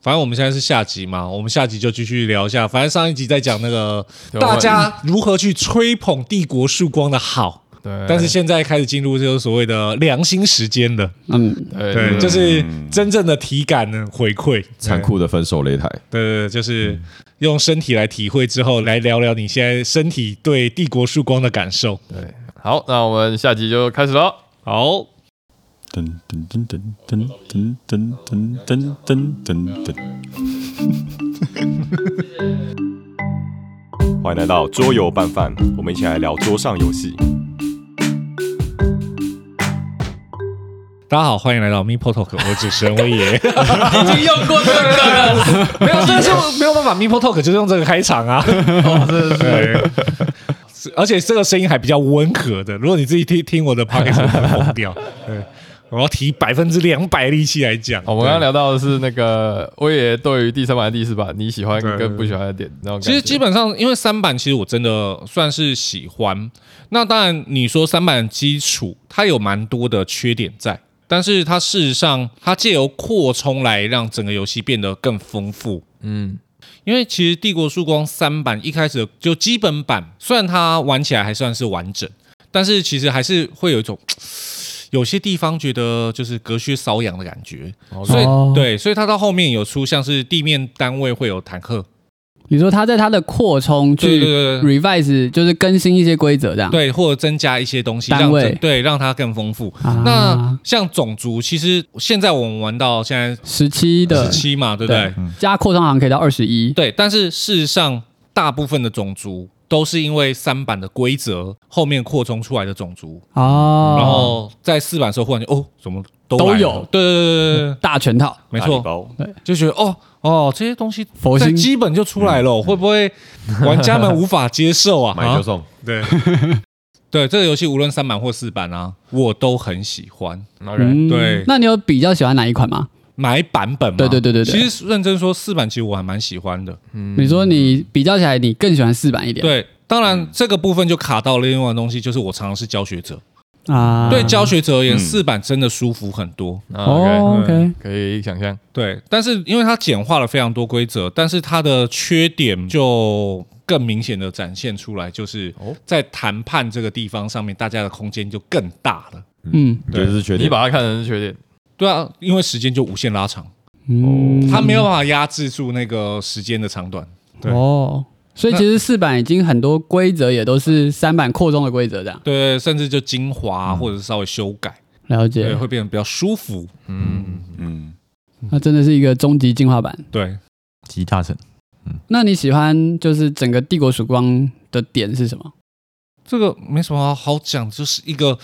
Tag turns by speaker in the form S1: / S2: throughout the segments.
S1: 反正我们现在是下集嘛，我们下集就继续聊一下。反正上一集在讲那个
S2: 对
S1: 大家如何去吹捧帝国曙光的好，
S2: 对，
S1: 但是现在开始进入就是所谓的良心时间了，
S3: 嗯，
S2: 对
S1: 对，嗯就是真正的体感呢回馈，
S4: 残酷的分手擂台，
S1: 对，对对，就是用身体来体会之后，来聊聊你现在身体对帝国曙光的感受。
S2: 对，好，那我们下集就开始喽。
S1: 好，
S5: 噔噔噔噔噔噔噔噔噔噔噔噔。
S6: 欢迎来到桌游拌饭，我们一起来聊桌上游戏。
S1: 大家好，欢迎来到 Meepo Talk，我是主持人威爷。
S2: 已经用过这个了，
S1: 没有，但是没有办法，Meepo Talk 就是用这个开场啊。
S2: 哦
S1: 对，是而且这个声音还比较温和的。如果你自己听听我的 podcast，你会疯掉。对，我要提百分之两百力气来讲。
S2: 哦我们刚刚聊到的是那个威爷对于第三版、第四版你喜欢
S1: 对
S2: 跟不喜欢的点，那种感觉
S1: 其实基本上，因为三版其实我真的算是喜欢。那当然，你说三版基础它有蛮多的缺点在，但是它事实上它借由扩充来让整个游戏变得更丰富。
S2: 嗯，
S1: 因为其实《帝国曙光》三版一开始就基本版，虽然它玩起来还算是完整，但是其实还是会有一种有些地方觉得就是隔靴搔痒的感觉。所以、
S2: 哦
S1: 对，所以它到后面有出像是地面单位会有坦克，
S3: 你说他在他的扩充
S1: 对对
S3: 去
S1: 对对
S3: revise，就是更新一些规则这样。
S1: 对，或者增加一些东西，
S3: 单
S1: 让
S3: 位
S1: 整对让它更丰富。
S3: 啊，
S1: 那像种族，其实现在我们玩到现在
S3: 十七的
S1: 十七嘛，对不对？
S3: 加扩充好像可以到二十一。
S1: 对，但是事实上，大部分的种族都是因为三版的规则后面扩充出来的种族，
S3: 哦，
S1: 然后在四版的时候忽然就哦，怎么都
S3: 都
S1: 来了
S3: 有嗯
S1: 对对对对对，
S3: 大全套，
S1: 没
S6: 打礼
S1: 错，
S6: 包
S1: 就觉得哦哦，这些东西
S3: 佛
S1: 在
S3: 心嗯
S1: 基本就出来了，会不会玩家们无法接受啊？
S4: 买
S1: 啊
S4: 就送。
S1: 对 对，这个游戏无论三版或四版啊，我都很喜欢。
S3: 嗯
S2: OK，
S1: 对
S3: 那你有比较喜欢哪一款吗？
S1: 买版本嘛，
S3: 对对对对对
S1: 其实认真说，四版其实我还蛮喜欢的。
S3: 你说你比较起来，你更喜欢四版一点？
S1: 对，当然这个部分就卡到另外的东西，就是我常常是教学者，
S3: 啊，
S1: 对教学者而言，
S6: 嗯
S1: 四版真的舒服很多。
S2: 那啊 OK，
S1: 嗯
S3: 哦，OK，
S2: 可以想象，
S1: 对，但是因为它简化了非常多规则，但是它的缺点就更明显的展现出来，就是
S3: 哦
S1: 在谈判这个地方上面，大家的空间就更大了。
S3: 嗯
S4: 觉得是缺
S2: 你
S4: 点，
S2: 把它看成是缺点，
S1: 对啊，因为时间就无限拉长，
S3: 嗯，
S1: 它没有办啊法压制住那个时间的长短。对
S3: 哦，所以其实四版已经很多规则也都是三版扩充的规则这样。
S1: 对，甚至就精华啊或者是稍微修改，
S3: 了
S1: 嗯对，
S3: 解，
S1: 会变得比较舒服。
S2: 嗯，
S6: 嗯，
S3: 那真的是一个终极进化版。
S1: 对，
S7: 集大成。
S3: 那你喜欢就是整个帝国曙光的点是什么？
S1: 这个没什么好讲，就是一个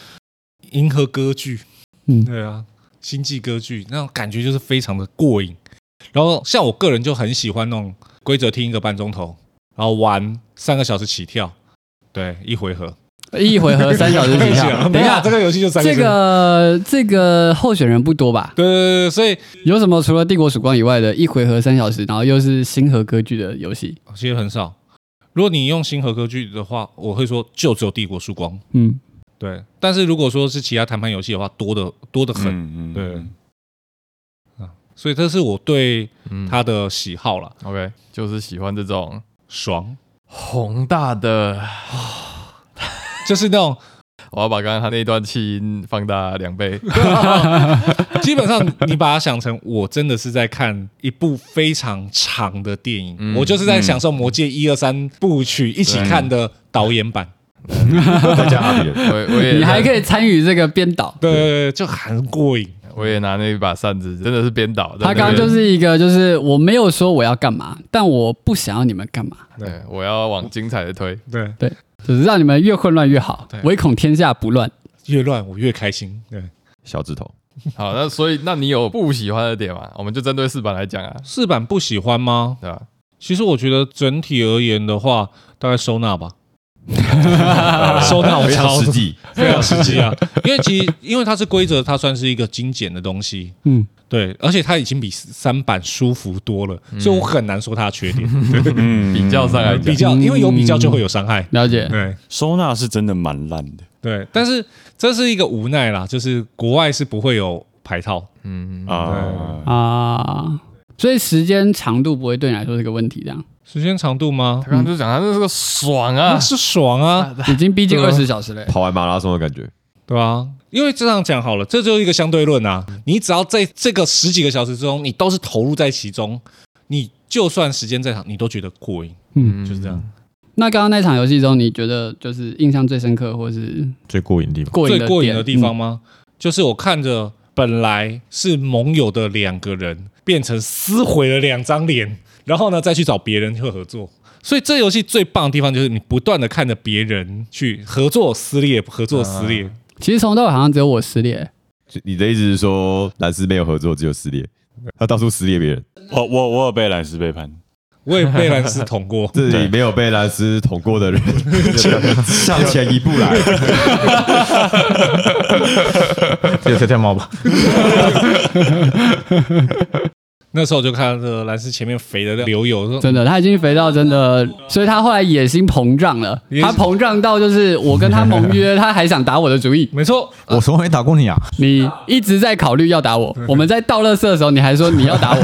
S1: 银河歌剧，
S3: 嗯
S1: 对啊，星际歌剧那种感觉就是非常的过瘾。然后像我个人就很喜欢那种规则听一个半钟头，然后玩三个小时起跳，对，一回合。
S3: 一回合 三小时起跳。
S1: 没
S3: 等一
S1: 有
S3: 下
S1: 啊，这个游戏就三
S3: 这
S1: 小时。
S3: 个这个候选人不多吧？
S1: 对对对对，所以
S3: 有什么除了帝国曙光以外的一回合三小时，然后又是星河歌剧的游戏？
S1: 其实很少。如果你用星河歌剧的话，我会说就只有帝国曙光。
S3: 嗯，
S1: 对，但是如果说是其他谈判游戏的话，多的多的很。
S6: 嗯
S1: 对，啊，所以这是我对
S2: 嗯
S1: 他的喜好啦，
S2: OK，就是喜欢这种
S1: 爽，
S2: 宏大的，
S1: 就是那种
S2: 我要把刚刚他那一段气音放大 两倍，
S1: 基本上你 把它想成，我真的是在看一部非常长的电影，
S2: 嗯
S1: 我就是在享受《魔戒》一二三部曲一起看的导演版，
S4: 再加阿 扁，
S2: 我我也
S3: 你还可以参与这个编导。
S1: 对对对，就很过瘾。
S2: 我也拿那一把扇子，真的是编导。，
S3: 他刚刚就是是一个，就是我没有说我要干嘛，但我不想要你们干嘛，
S2: 对，我要往精彩的推。
S1: 对，
S3: 只是让你们越混乱越好，唯恐天下不乱。
S1: 越乱我越开心。对，
S4: 小指头，
S2: 好，那所以那你有不喜欢的点吗？我们就针对四版来讲啊，
S1: 四版不喜欢吗？
S2: 对吧？
S1: 其实我觉得整体而言的话，大概收 纳吧。啊
S6: 啊
S1: 收纳我
S4: 非常
S1: 超
S4: 实际，
S1: 非常实际啊，因为其实因为它是规则，它算是一个精简的东西，
S3: 嗯，
S1: 对，而且它已经比三版舒服多了，所以我很难说它的缺点。对
S6: 嗯
S2: 比较上来讲
S1: 比，较，因为有比较就会有伤害，
S3: 了解。
S1: 对
S5: 收纳是真的蛮烂的
S1: 对，但是这是一个无
S4: 嗯
S1: 奈啦，就是国外是不会有排套，
S2: 嗯，
S5: 啊！
S3: 啊。所以时间长度不会对你来说是个问题，这样
S1: 时间长度吗
S2: 他？刚刚就讲他这是个爽啊
S1: 那，是爽啊，
S3: 已经逼近
S2: 对啊
S3: 二十小时嘞。
S4: 跑完马拉松的感觉，
S1: 对啊，因为这样讲好了，这就是一个相对论啊。你只要在这个十几个小时之中，你都是投入在其中，你就算时间再长，你都觉得过瘾，
S2: 嗯，
S1: 就是这样。
S3: 那刚刚那场游戏中，你觉得就是印象最深刻，或是
S4: 最过瘾的地方。
S3: 过瘾
S1: 最
S3: 的
S1: 过瘾
S3: 点嗯
S1: 的地方？吗？就是我看着本来是盟友的两个人变成撕毁了两张脸，然后呢再去找别人去合作。所以这游戏最棒的地方就是你不断的看着别人去合作撕裂，合作撕裂。
S3: 嗯其实从头到尾好像只有我撕裂，
S4: 你的意思是说，蓝斯没有合作，只有撕裂，他到处撕裂别人，，
S5: 我我我有被蓝斯背叛，
S1: 我也被兰斯捅 过
S4: 这里没有被蓝斯捅过的人， 向前一步来。
S7: 这个跳跳猫吧，
S1: 那时候我就看着兰斯前面肥的流油，说
S3: 真的，他已经肥到真的，所以他后来野心膨胀了
S1: 野，心
S3: 他膨胀到就是我跟他盟约，他还想打我的主意。
S1: 没错，
S7: 我从来没打过你啊，
S3: 你一直在考虑要打我，我们在倒垃圾的时候，你还说你要打我，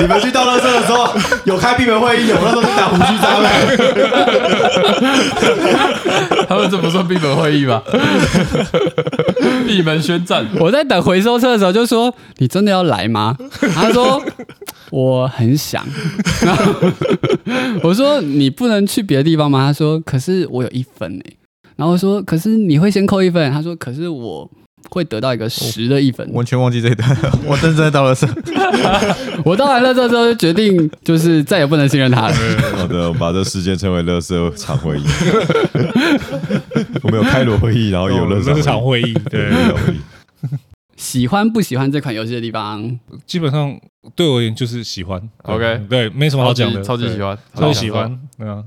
S7: 你们去到乐社的时候有开闭门会议，有那时候在打胡须章嘞。
S2: 他们这不算闭门会议吧？闭门宣战，
S3: 我在等回收车的时候就说你真的要来吗？他说我很想， 然后我说你不能去别的地方吗？他说可是我有一分哎、然后我说可是你会先扣一分，他说可是我会得到一个十的一分，
S7: 完全忘记这一段， 我认真的到乐社。
S3: 我到完乐色之后就决定，就是再也不能信任他了。
S4: 好的，我们把这事件称为“乐色场会议”。我们有开罗会议，
S5: 哦
S4: 然后有乐
S1: 这
S4: 色
S1: 哦是场会 议，
S4: 对
S1: 对，
S4: 乐色会议
S3: 喜欢不喜欢这款游戏的地方，
S1: 基本上对我而言就是喜欢。
S2: OK
S1: 对，没什么好
S2: 超
S1: 讲
S2: 级
S1: 的，
S2: 超级喜
S1: 欢，
S2: 欢，
S1: 超级喜。欢，对啊。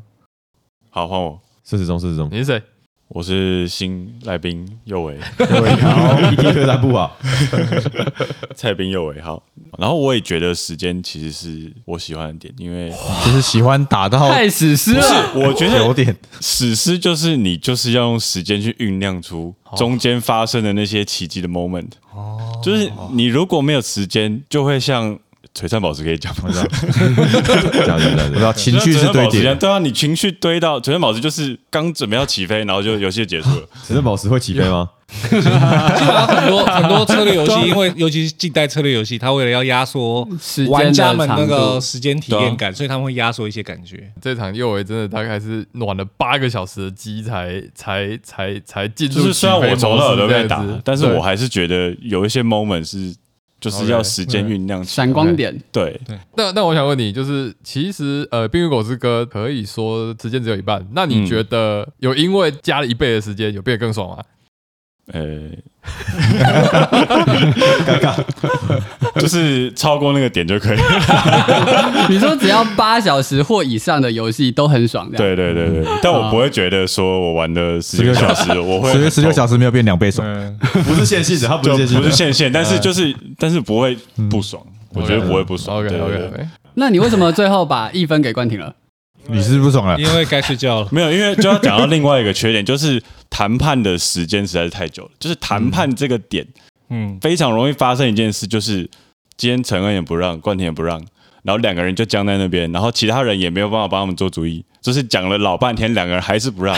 S5: 好换我，
S4: 顺时钟，顺时钟，
S2: 你是谁？
S5: 我是新来宾右 维，
S4: 好，一定三 步啊！
S5: 蔡斌右维好，然后我也觉得时间其实是我喜欢的点，因为
S7: 就是喜欢打到
S3: 太史诗
S5: 不是
S3: 了。，
S5: 我觉
S7: 九
S5: 得
S7: 点，
S5: 史诗就是你就是要用时间去酝酿出中间发生的那些奇迹的 moment，哦，就是你如果没有时间，就会像璀璨宝石可以讲吗？
S4: 这样子，这样
S7: 我
S4: 子
S7: 知。道情绪是堆
S5: 璀璨宝石一
S7: 叠
S5: 样
S7: 的，
S5: 对啊，你情绪堆到璀璨宝石就是刚准备要起飞，然后就游戏就结束了。
S4: 神圣宝石会起飞吗？
S1: 基本上很多很多策略游戏，因为尤其是近代策略游戏，它为了要压缩
S3: 时间的
S1: 玩家们那
S3: 长
S1: 个
S3: 度
S1: 时间体验感，所以他们会压缩一些感觉。
S2: 这场右维真的大概是暖了八个小时的鸡才才才才进
S5: 就
S2: 入
S5: 是虽然我从头到尾都被打
S2: 起飞模式这样子，
S5: 但是
S2: 对
S5: 我还是觉得有一些 moment 是就是要时间酝酿起来。
S3: 闪光点，
S5: 对，
S2: 那那我想问你，就是其实呃，《冰与火之歌》可以说时间只有一半，那你觉得有因为加了一倍的时间，有变得更爽吗？
S5: 呃，尴尬， 就是超过那个点就可以。
S3: 你说只要八小时或以上的游戏都很爽，这样
S5: 对对对对，但我不会觉得说我玩了十个小时，我会
S7: 十六十六小
S5: 时
S7: 时没有变两倍爽，
S1: 嗯，
S4: 不是线性的，它不
S5: 就
S4: 是线性
S5: 不
S4: 的
S5: 是。线线，但是就是但是不会不爽，我觉得不会不爽。
S2: OK 哎
S5: 对对对
S2: OK，
S3: 那你为什么最后把一分给关停了？
S7: 你是不是不
S5: 啊
S7: 爽了。
S1: 因为该睡觉了。
S5: 没有，因为就要讲到另外一个缺点，就是谈判的时间实在是太久了。 就是谈判这个点
S1: 嗯，
S5: 非常容易发生一件事，就是今天陈恩也不让，冠廷也不让，然后两个人就僵在那边，然后其他人也没有办法帮他们做主意，就是讲了老半天，两个人还是 不让，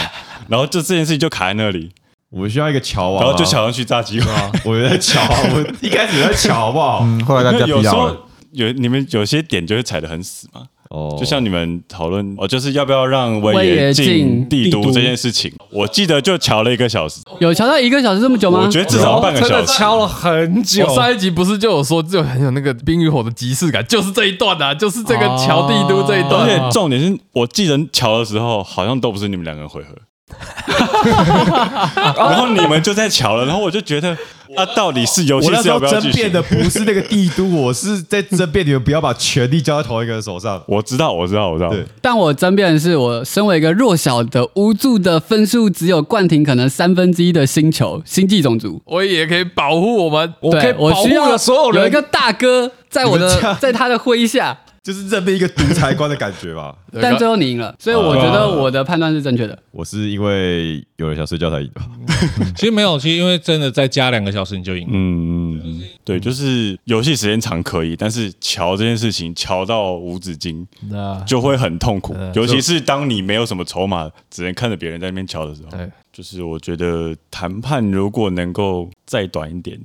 S5: 然后就这件事情就卡在那里，
S4: 我们需要一个桥
S5: 然
S4: 网啊，
S5: 后就想要去炸鸡块。
S4: 我们在桥，我们一开始在桥，好不好？
S7: 嗯，后来大家
S5: 有
S7: 比
S5: 时
S7: 较
S5: 候
S7: 了，
S5: 有你们有些点就会踩得很死嘛，
S4: 哦
S5: 就像你们讨论哦，就是要不要让
S3: 威
S5: 威
S3: 爷
S5: 爷
S3: 进
S5: 进帝
S1: 帝
S5: 都
S1: 都
S5: 这件事情，我记得就瞧了一个小时，
S3: 有调到一个小时这么久吗？
S5: 我觉得至少半个
S1: 真
S5: 小
S1: 的
S5: 时。
S1: 敲了很久
S2: 我。上一集不是就有说，就很有那个《冰与火》的即视感，就是这一段啊，就是这个
S3: 哦
S2: 乔帝都这一
S5: 而
S2: 段。啊
S5: 且重点是我记得瞧的时候，好像都不是你们两个人回合，然后你们就在瞧了，然后我就觉得啊，到底是游
S4: 我
S5: 戏
S4: 那
S5: 是
S4: 时
S5: 要
S4: 候
S5: 不要
S4: 争
S5: 继续
S4: 辩？的不是那个帝都， 我是在争辩你们不要把权力交在同一个人手上。
S5: 我知道，我知道，我知道。
S4: 对
S3: 但我争辩的是，我身为一个弱小的、无助的、分数只有冠廷可能三分之一的星球星际种族，
S2: 我也可以保护我们，
S1: 我可以
S3: 对我
S1: 保护
S3: 需要
S1: 了所有人
S3: 有一个大哥在我
S4: 你们这
S3: 的
S4: 样
S3: 在他的麾下，
S4: 就是任命一个独裁官的感觉吧。
S3: 但最后你赢了，所以我觉得我的判断是正确的。
S4: 我是因为有人想睡觉才 赢的吧。
S1: 其实没有，其实因为真的再加两个小时你就赢了。
S5: 嗯，嗯对，就是游戏时间长可以，但是瞧这件事情瞧到无止境，
S2: 那
S5: 就会很痛苦
S2: 嗯，
S5: 尤其是当你没有什么筹码，只能看着别人在那边瞧的时候。
S2: 对，
S5: 就是我觉得谈判如果能够再短一点，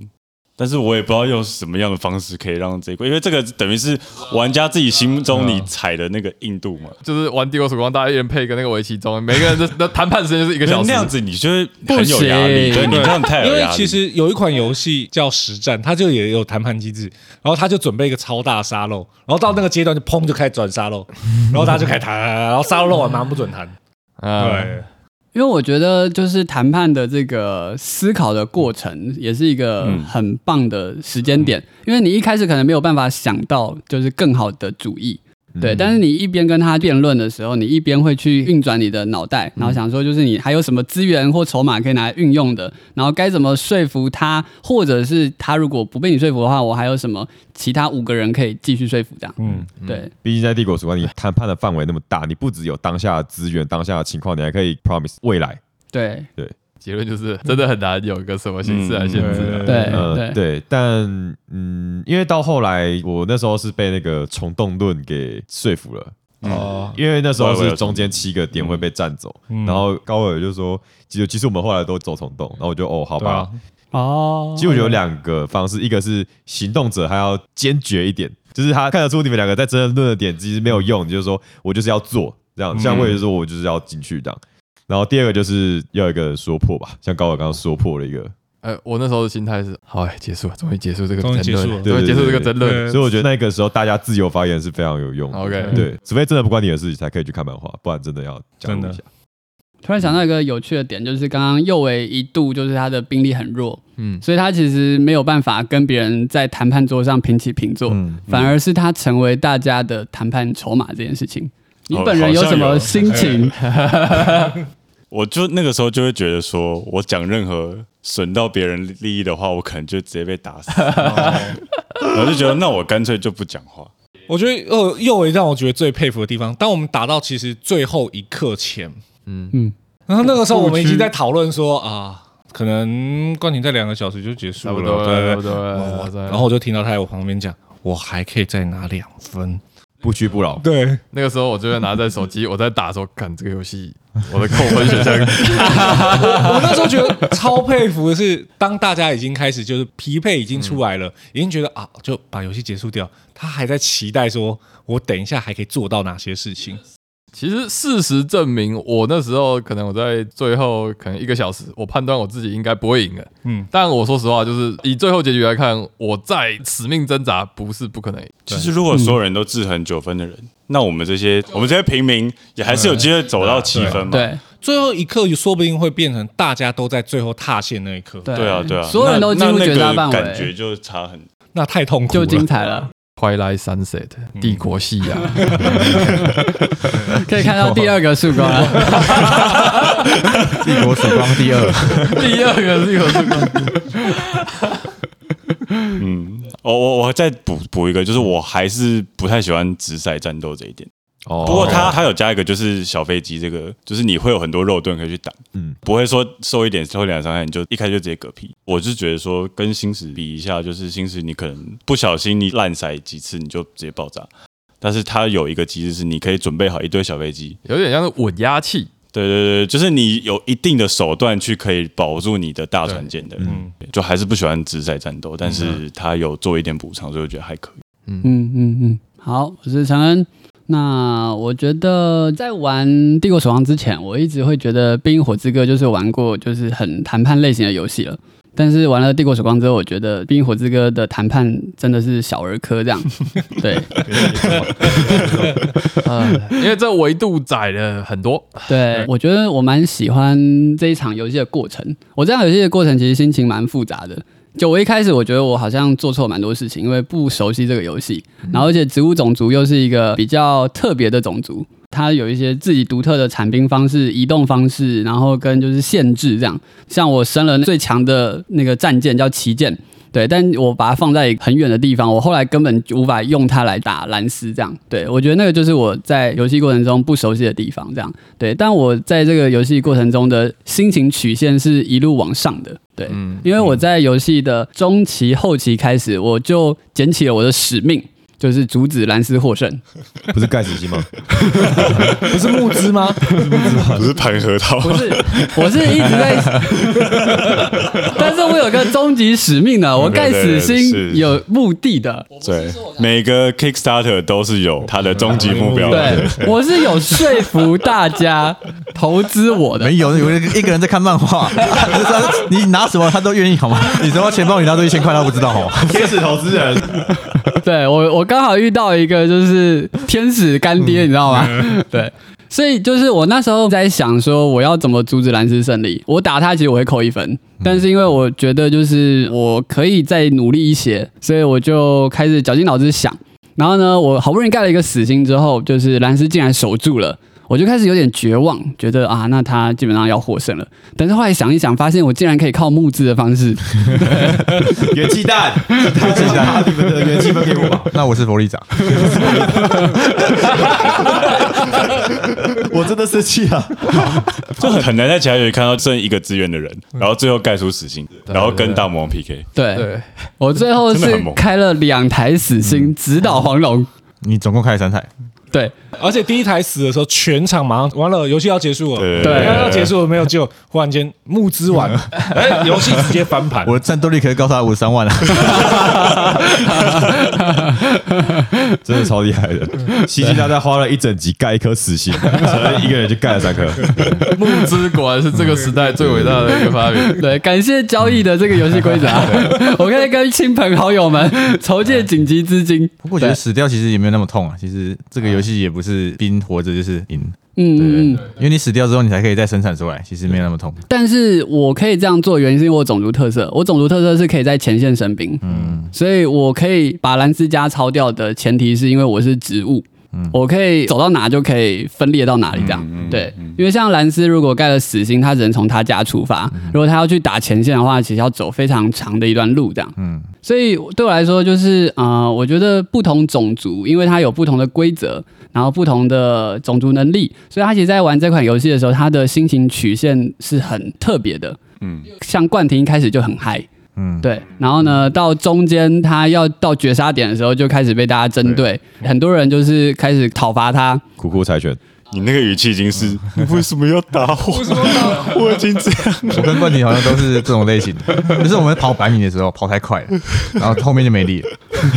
S5: 但是我也不知道用什么样的方式可以让这个，因为这个等于是玩家自己心目中你踩的那个硬度嘛。
S2: 就是玩《帝国曙光》，大家一人配一个那个围棋钟，每个人的那谈判时间就是一个
S5: 那
S2: 小时
S5: 那。样子你就会很有压力，
S3: 不行
S5: 对你这样太
S1: 因
S5: 有
S1: 为
S5: 压力。
S1: 其实有一款游戏叫《实战》，它就也有谈判机制，然后它就准备一个超大沙漏，然后到那个阶段就砰就开始转沙漏，然后大家就开始谈，然后沙漏漏完马上不准啊谈。
S2: 嗯，
S1: 对，
S3: 因为我觉得就是谈判的这个思考的过程，也是一个很棒的时间点，因为你一开始可能没有办法想到就是更好的主意。对，但是你一边跟他辩论的时候，你一边会去运转你的脑袋，然后想说，就是你还有什么资源或筹码可以拿来运用的，然后该怎么说服他，或者是他如果不被你说服的话，我还有什么其他五个人可以继续说服这样。
S1: 嗯，
S3: 对，
S4: 毕竟在帝国曙光，你谈判的范围那么大，你不只有当下的资源、当下的情况，你还可以 promise 未来。
S3: 对，
S2: 结论就是真的很难有一个什么形式来限制啊。
S1: 嗯
S3: 对，
S4: 呃，
S3: 对，
S4: 对，但嗯，因为到后来，我那时候是被那个虫洞论给说服了。哦，因为那时候
S5: 我也
S4: 是
S5: 有
S4: 中间七个点会被占走，然后高尔就说，其实其实我们后来都走虫洞，然后我就哦，好
S1: 对
S4: 吧
S1: 啊，，
S3: 哦
S4: 其实我觉得有两个方式，一个是行动者还要坚决一点，就是他看得出你们两个在争论的点其实没有用，你就是说我就是要做这样，像我也是说我就是要进去这样。然后第二个就是要有一个人说破吧，像高尔刚刚说破了一个，
S2: 呃，我那时候的心态是，好，哎结束了，终于结束这个
S1: 终
S2: 争
S1: 于
S2: 论，
S1: 结束了
S2: 终于结束这个
S4: 对对对
S2: 争论。
S1: 对
S4: 所以我觉得那个时候大家自由发言是非常有用的。
S2: OK，
S4: 对，除非真的不关你的事情才可以去看漫画，不然真的要
S7: 嗯
S4: 加入一下
S1: 真的
S3: 突然想到一个有趣的点，就是刚刚右维一度就是他的兵力很弱，
S2: 嗯，
S3: 所以他其实没有办法跟别人在谈判桌上平起平坐，
S4: 嗯
S3: 反而是他成为大家的谈判筹码这件事情。你
S5: 哦
S3: 本人有什
S5: 好像
S3: 么
S5: 有
S3: 心情？
S5: 我就那个时候就会觉得说，我讲任何损到别人利益的话，我可能就直接被打死。我就觉得，那我干脆就不讲话。
S1: 我觉得呃，右维让我觉得最佩服的地方，当我们打到其实最后一刻前，嗯
S3: 嗯
S1: 嗯，然后那个时候我们已经在讨论说啊，可能冠廷在两个小时就结束
S2: 差不多
S1: 了，
S2: 了，差
S1: 对
S2: 不
S1: 对
S2: 多
S1: 对。
S2: 了。哇塞
S1: 然后我就听到他在我旁边讲，我还可以再拿两分，
S4: 不屈不挠。
S1: 对，
S2: 那个时候我就会拿在手机，我在打的时候，看这个游戏，我的扣分选项
S1: 我那时候觉得超佩服的是，当大家已经开始就是疲惫已经出来
S3: 嗯
S1: 了，已经觉得啊，就把游戏结束掉，他还在期待说，我等一下还可以做到哪些事情。
S2: 其实事实证明，我那时候可能我在最后可能一个小时，我判断我自己应该不会赢了。
S1: 嗯，
S2: 但我说实话，就是以最后结局来看，我在死命挣扎不是不可能赢。
S5: 其实，如果所有人都制衡九分的人，那我们这些我们这些平民也还是有机会走到七分嘛。
S3: 对
S1: 最后一刻说不定会变成大家都在最后踏线那一刻，
S3: 对
S5: 对啊，对啊，
S3: 所有人都进入
S5: 那那
S3: 绝
S5: 个
S3: 杀范
S5: 感觉
S3: 围，
S5: 就差很。
S1: 那太痛苦
S3: 就
S1: 了。
S3: 精彩了。
S2: Twilight Sunset，帝国夕阳。
S3: 可以看到第二个曙光了。
S7: 帝国曙光第二。
S2: 第二个是有这个，
S5: 嗯，我我我再补补一个，就是我还是不太喜欢直塞战斗这一点。
S4: 哦
S5: 不过他他有加一个，就是小飞机这个，就是你会有很多肉盾可以去挡，
S4: 嗯
S5: 嗯，不会说受一点受一点伤害你就一开始就直接嗝屁。我是觉得说跟星矢比一下，就是星矢你可能不小心你烂塞几次你就直接爆炸，但是它有一个机制是你可以准备好一堆小飞机，
S2: 有点像是稳压器。
S5: 对对对，就是你有一定的手段去可以保住你的大船舰的，嗯，就还是不喜欢直塞战斗，但是他有做一点补偿，所以我觉得还可以。
S3: 嗯嗯嗯，好，我是陈恩。那我觉得在玩《帝国守望》之前，我一直会觉得《冰与火之歌》就是玩过就是很谈判类型的游戏了。但是玩了《帝国曙光》之后，我觉得《冰与火之歌》的谈判真的是小儿科这样。对
S2: 嗯，因为这维度窄了很多。
S3: 对，我觉得我蛮喜欢这一场游戏的过程。我这场游戏的过程其实心情蛮复杂的。就我一开始我觉得我好像做错蛮多事情，因为不熟悉这个游戏，然后而且植物种族又是一个比较特别的种族，它有一些自己独特的产兵方式、移动方式，然后跟就是限制这样。像我升了最强的那个战舰叫旗舰，对，但我把它放在很远的地方，我后来根本无法用它来打蓝斯这样。对我觉得那个就是我在游戏过程中不熟悉的地方，这样。对，但我在这个游戏过程中的心情曲线是一路往上的。对，因为我在游戏的中期、后期开始，我就捡起了我的使命。就是阻止蓝斯获胜，
S4: 不是盖死机 吗？
S7: 不是募资吗？
S5: 不是盘核桃，
S3: 不是， 我是一直在，但是我有个终极使命呢，我盖死
S5: 对对哦
S3: 心
S5: 对
S3: 有目的的，
S5: 对，每个 Kickstarter 都是有它的终极目标的。
S3: 对，我是有说服大家投资我的，
S7: 没有，有一个人在看漫画，你拿什么他都愿意好 吗？你知道钱包里拿出一千块，他不知道哦。
S4: 天使投资人，
S3: 对我我刚好遇到一个就是天使干爹，你知道吗？ 对。所以就是我那时候在想说，我要怎么阻止蓝斯胜利？我打他其实我会扣一分，但是因为我觉得就是我可以再努力一些，所以我就开始绞尽脑汁想。然后呢，我好不容易盖了一个死心之后，就是蓝斯竟然守住了，我就开始有点绝望，觉得啊，那他基本上要获胜了。但是后来想一想，发现我竟然可以靠募资的方式
S4: 元气弹，元气弹，你们的元气分 给我吧。
S7: 那我是佛利长，
S4: 我真的生气啊了。
S5: 就很很难在其他游戏看到剩一个志愿的人，然后最后盖出死心，然后跟大魔王 PK。
S3: 对，
S2: 对，
S3: 我最后
S5: 真的
S3: 是
S5: 很猛嗯
S3: 开了两台死星，直捣黄龙。
S7: 你总共开了三台，
S3: 对，
S8: 而且第一台死的时候，全场马上完了，游戏要结束了，
S5: 对
S3: 对
S8: 要结束了没有？就忽然间募资完， 哎，游戏直接翻 盘。
S7: 我的战斗力可以高达五十三万啊！
S4: 真的超厉害的。西西大大花了一整集盖一颗死星，所以一个人就盖了三颗。
S2: 募资果然是这个时代最伟大的一个发明。
S3: 对，感谢交易的这个游戏规则啊，
S5: 嗯
S3: 我可以跟亲朋好友们筹借紧急资金。
S7: 不过我觉得死掉其实也没有那么痛啊。其实这个游戏也不是兵活着就是赢，
S3: 嗯嗯嗯，
S7: 因为你死掉之后你才可以再生产出来，其实没有那么 痛。
S3: 但是我可以这样做，原因是因为我种族特色，我种族特色是可以在前线生兵，嗯，所以我可以把兰斯加抄掉的前提是因为我是植物。我可以走到哪就可以分裂到哪里，这样、对。因为像兰斯如果盖了死星，他只能从他家出发，如果他要去打前线的话，其实要走非常长的一段路，这样。所以对我来说，就是啊、呃我觉得不同种族，因为它有不同的规则，然后不同的种族能力，所以他其实在玩这款游戏的时候，他的心情曲线是很特别的。嗯，像冠廷一开始就很嗨。嗯，对，然后呢，到中间他要到绝杀点的时候，就开始被大家针对，很多人就是开始讨伐他，
S4: 苦苦柴犬，
S5: 你那个语气已经是嗯你为什么要打我？我已经这样了。
S7: 我跟冠廷好像都是这种类型的，就是我们跑百米的时候跑太快 了，然后后面就没力了。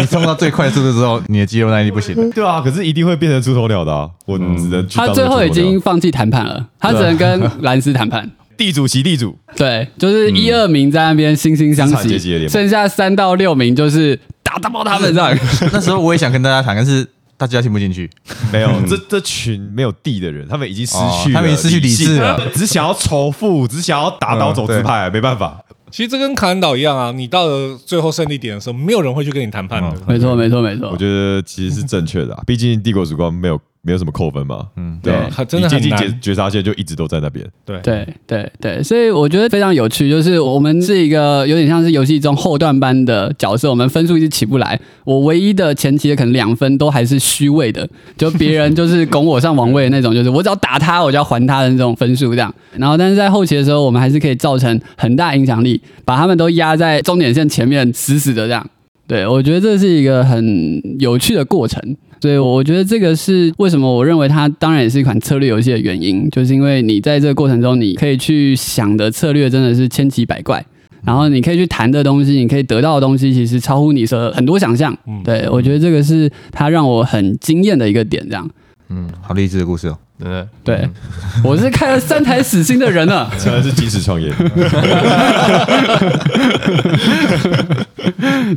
S7: 你冲到最快速度之后，你的肌肉耐力不行 了。
S4: 对啊，可是一定会变成出头鸟的、啊。我只能去
S3: 他
S4: 当
S3: 最
S4: 那个
S3: 后已
S4: 出头鸟
S3: 经放弃谈判了，他只能跟兰斯谈判。
S4: 地主席地主，
S3: 对，就是一二名在那边惺惺相
S4: 资嗯产阶级
S3: 惜，
S4: 的联盟
S3: 剩下三到六名就是打打爆他们 这样。
S7: 那时候我也想跟大家谈，但是大家听不进去。
S4: 没有、这这群没有地的人，他们已经失去
S7: 哦
S4: 了、
S7: 他们已经失去理智了
S4: 他们只想要仇富，只想要打倒走资派，没办法。
S8: 其实这跟卡恩岛一样啊，你到了最后胜利点的时候，没有人会去跟你谈判的。
S3: 没错，没错，没错
S4: 我。觉得其实是正确 的、啊，毕竟帝国曙光没有没有什么扣分嘛。嗯，对啊，
S8: 对真的
S4: 你
S8: 很
S4: 接近
S8: 难
S4: 绝绝杀线就一直都在那边。
S8: 对，
S3: 对对对，所以我觉得非常有趣，就是我们是一个有点像是游戏中后段班的角色，我们分数一直起不来。我唯一的前期的可能两分都还是虚位的，就别人就是拱我上王位的那种，就是我只要打他，我就要还他的那种分数这样。然后但是在后期的时候，我们还是可以造成很大影响力，把他们都压在终点线前面死死的这样。对，我觉得这是一个很有趣的过程。所以我觉得这个是为什么我认为它当然也是一款策略游戏的原因，就是因为你在这个过程中，你可以去想的策略真的是千奇百怪，然后你可以去谈的东西，你可以得到的东西，其实超乎你的很多想象。对我觉得这个是它让我很惊艳的一个点。这样，
S7: 嗯，好励志的故事哦。
S2: 真的，
S3: 对我是开了三台死星的人呢。
S4: 虽然是即时 创业，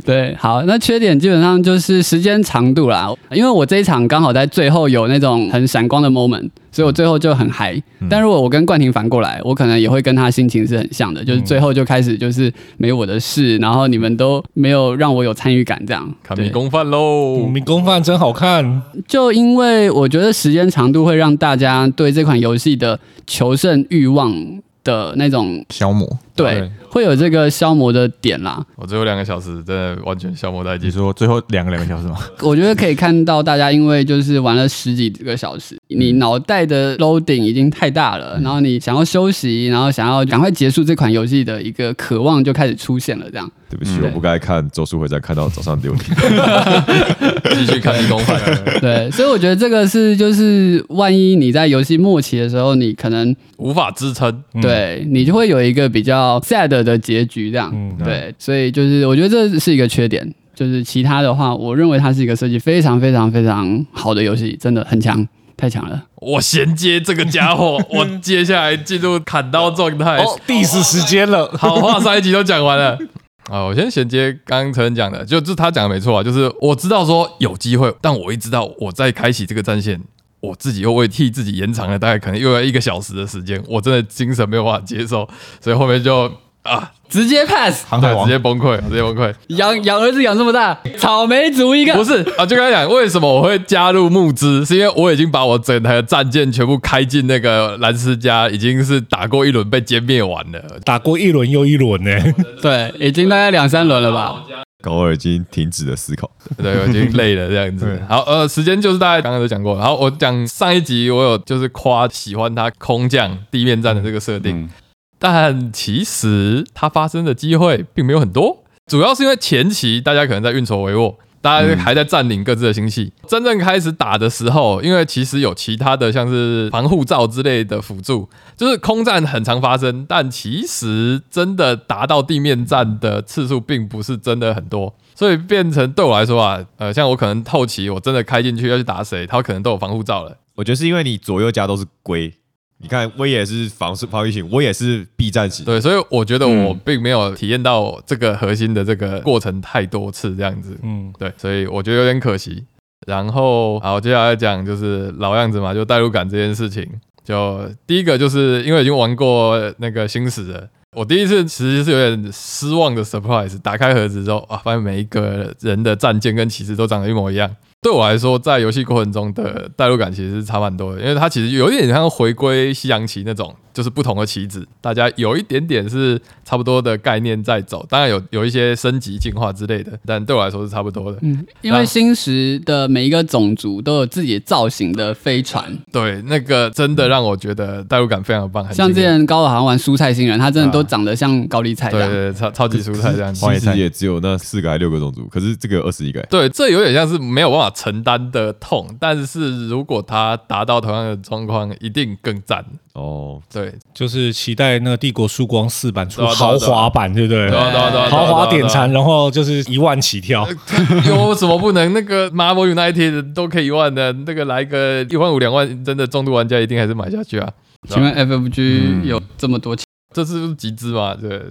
S3: 对，好，那缺点基本上就是时间长度啦，因为我这一场刚好在最后有那种很闪光的 moment，所以我最后就很嗨、但如果我跟冠廷反过来，我可能也会跟他心情是很像的，就是最后就开始就是没我的事，然后你们都没有让我有参与感，这样。
S2: 砍
S3: 对
S2: 迷宫饭
S1: 嗯
S2: 喽！
S8: 迷宫饭真好看，
S3: 就因为我觉得时间长度会让大家对这款游戏的求胜欲望的那种
S7: 消磨，
S3: 对，会有这个消磨的点啦。
S2: 我最后两个小时真的完全消磨殆
S7: 你
S2: 尽。
S7: 说最后两个两个小时吗？
S3: 我觉得可以看到大家因为就是玩了十几个小时，你脑袋的 loading 已经太大了，然后你想要休息，然后想要赶快结束这款游戏的一个渴望就开始出现了。这 样，
S4: 对不起，我不该看《咒术回战》，看到早上六点。
S2: 继续看立功派，
S3: 对，所以我觉得这个是就是万一你在游戏末期的时候，你可能
S2: 无法支撑。
S3: 对你就会有一个比较 sad 的结局，这样、嗯对，所以就是我觉得这是一个缺点。就是其他的话，我认为它是一个设计非常非常非常好的游戏，真的很强，太强了。
S2: 我衔接这个家伙，我接下来进入砍刀状态。
S1: 哦
S8: 第四时间了，
S2: 好话上一集都讲完了。 啊，我先衔接刚刚陈恩讲的，就就他讲的没错啊，就是我知道说有机会，但我一知道 我在开启这个战线，我自己又为替自己延长了大概可能又要一个小时的时间，我真的精神没有办法接受，所以后面就啊，
S3: 直接 pass，
S7: 航海
S2: 对，
S7: 王
S2: 直接崩溃，直接崩溃。
S3: 养养儿子养这么大，草莓族一个。
S2: 不是啊，就刚才讲，为什么我会加入募资，是因为我已经把我整台的战舰全部开进那个兰斯家，已经是打过一轮被歼灭完了，
S8: 打过一轮又一轮呢、
S3: 对，已经大概两三轮了吧？
S4: 高尔已经停止了思考。
S2: 对，我已 经累了这样子。好，呃，时间就是大家刚刚都讲过了。然后我讲上一集，我有就是夸喜欢它空降地面战的这个设定，
S5: 嗯
S2: 但其实它发生的机会并没有很多，主要是因为前期大家可能在运筹帷幄。大家
S5: 嗯
S2: 还在占领各自的星系。真正开始打的时候，因为其实有其他的像是防护罩之类的辅助，就是空战很常发生，但其实真的达到地面战的次数并不是真的很多，所以变成对我来说啊，呃，像我可能后期我真的开进去要去打谁，他可能都有防护罩了。
S4: 我觉得是因为你左右夹都是龟，你看我也是防守防御型，我也是避战型，
S2: 对，所以我觉得我
S5: 嗯
S2: 并没有体验到这个核心的这个过程太多次这样子，
S8: 嗯，
S2: 对，所以我觉得有点可惜。然后，好，接下来讲就是老样子嘛，就代入感这件事情。就第一个就是因为已经玩过那个星矢了，我第一次其实是有点失望的 surprise。打开盒子之后啊，发现每一个人的战舰跟骑士都长得一模一样。对我来说，在游戏过程中的代入感其实是差蛮多的，因为它其实有一点像回归西洋棋那种，就是不同的棋子，大家有一点点是差不多的概念在走，当然有有一些升级进化之类的，但对我来说是差不多的。
S3: 嗯，因为新石的每一个种族都有自己造型的飞船，
S2: 对，那个真的让我觉得代入感非常棒，很
S3: 像之
S2: 惊艳
S3: 前高尔好像玩蔬菜星人，他真的都长得像高丽菜一
S2: 对
S3: 样。
S2: 对对超超级蔬菜这样子。
S4: 其实也只有那四个还六个种族，可是这个有二十一个欸，
S2: 对，这有点像是没有办法承担的痛，但是如果他达到同样的状况，一定更赞。
S4: 哦，
S2: 对，
S1: 就是期待那个《帝国曙光》四版出
S2: 对啊对啊
S1: 豪
S2: 对啊
S1: 华版，对不对
S2: 对？啊对啊对啊，对啊
S8: 豪华点，餐，
S2: 对啊
S8: 然后就是一万起跳，
S2: 有什么不能？那个 Marvel United 都可以一万的，那个来个一万五两万，真的重度玩家一定还是买下去啊。
S3: 请问 FFG
S5: 嗯
S3: 有这么多钱？
S2: 这次是集资嘛，对。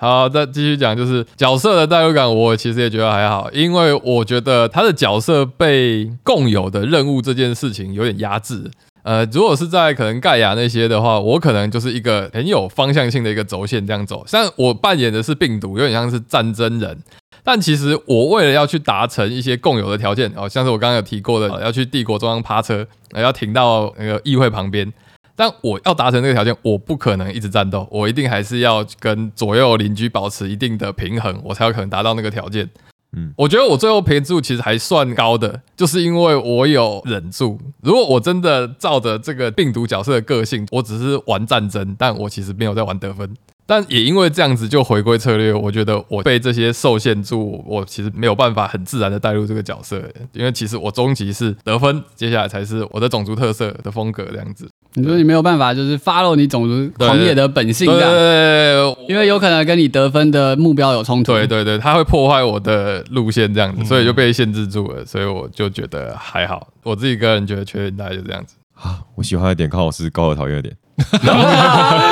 S2: 好，再继续讲，就是角色的代入感，我其实也觉得还好，因为我觉得他的角色被共有的任务这件事情有点压制。呃，如果是在可能盖亚那些的话，我可能就是一个很有方向性的一个轴线这样走。像我扮演的是病毒，有点像是战争人，但其实我为了要去达成一些共有的条件，哦，像是我刚刚有提过的，呃要去帝国中央趴车，呃要停到那个议会旁边，但我要达成这个条件，我不可能一直战斗，我一定还是要跟左右邻居保持一定的平衡，我才有可能达到那个条件。
S4: 嗯
S2: 我觉得我最后赔数其实还算高的，就是因为我有忍住。如果我真的照着这个病毒角色的个性，我只是玩战争，但我其实没有在玩得分。但也因为这样子就回归策略，我觉得我被这些受限住，我其实没有办法很自然的带入这个角色，因为其实我终极是得分，接下来才是我的种族特色的风格这样子。
S3: 你说你没有办法，就是 follow 你种族
S2: 对
S3: 狂野的本性这
S2: 对对
S3: 样，
S2: 对对
S3: 因为有可能跟你得分的目标有冲突。
S2: 对对对，它会破坏我的路线这样子，所以就被限制住了，所以我就觉得还好。我自己个人觉得缺点大概就这样子。
S4: 我喜欢的点刚好是高尔讨厌的点。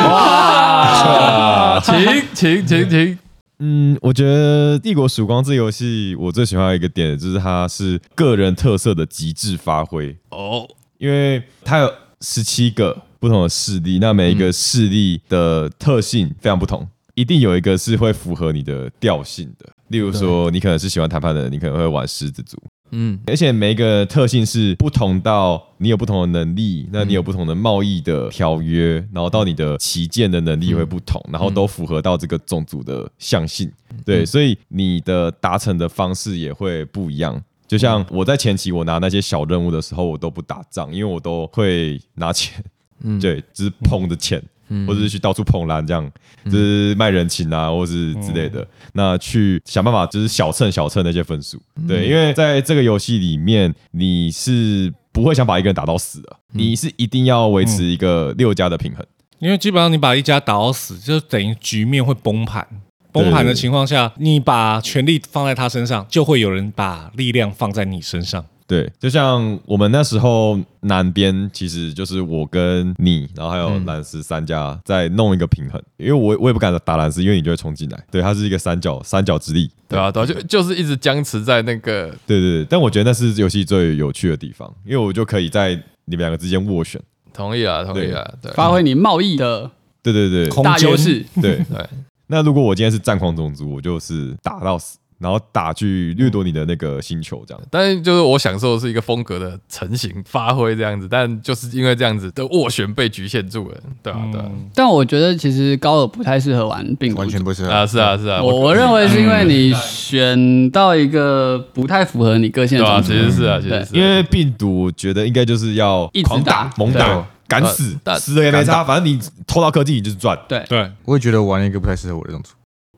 S2: 啊，停停停停，
S4: 嗯，我觉得《帝国曙光》这游戏我最喜欢的一个点就是它是个人特色的极致发挥哦，因为它有十七个不同的势力，那每一个势力的特性非常不同，一定有一个是会符合你的调性的。例如说，你可能是喜欢谈判的人，你可能会玩狮子族；
S2: 嗯，
S4: 而且每一个特性是不同到你有不同的能力，那你有不同的贸易的条约，然后到你的旗舰的能力会不同，然后都符合到这个种族的象性。对，所以你的达成的方式也会不一样。就像我在前期我拿那些小任务的时候，我都不打仗，因为我都会拿钱，
S2: 嗯
S4: 对，只是碰着钱，或者是去到处碰烂这样，就是卖人情啊，或是之类的。那去想办法，就是小蹭小蹭那些分数。对，因为在这个游戏里面，你是不会想把一个人打到死的，你是一定要维持一个六加的平衡。
S1: 因为基本上你把一家打到死，就等于局面会崩盘。崩盘的情况下，你把权力放在他身上，就会有人把力量放在你身上。
S4: 对，就像我们那时候南边，其实就是我跟你，然后还有蓝斯三家在弄一个平衡，因为我我也不敢打蓝斯，因为你就会冲进来，对，它是一个三角三角之力，
S2: 对啊，对啊，就就是一直僵持在那个，
S4: 对对对，但我觉得那是游戏最有趣的地方，因为我就可以在你们两个之间斡旋，
S2: 同意啊，同意啊，对，
S3: 发挥你贸易的
S4: 对对对，
S1: 空
S3: 大
S1: 间
S3: 优势。
S4: 对
S2: 对。
S4: 那如果我今天是战狂种族，我就是打到死，然后打去掠夺你的那个星球，这样。
S2: 但是就是我享受的是一个风格的成型发挥这样子，但就是因为这样子的斡旋被局限住了，对啊，对啊，
S3: 但我觉得其实高尔不太适合玩病毒
S7: 完全不是
S2: 啊是啊是啊，
S3: 我我认为是因为你选到一个不太符合你个性
S2: 对
S3: 的
S2: 啊，
S3: 种
S2: 其
S3: 族，
S2: 实是啊，其实是啊
S4: 因为病毒，我觉得应该就是要
S3: 一直
S4: 狂
S3: 打
S4: 猛
S2: 对
S4: 打、敢死
S2: 但，
S4: 死了也没差，反正你偷到科技你就是赚，
S1: 对，
S7: 我也觉得玩一个不太适合我的 种族，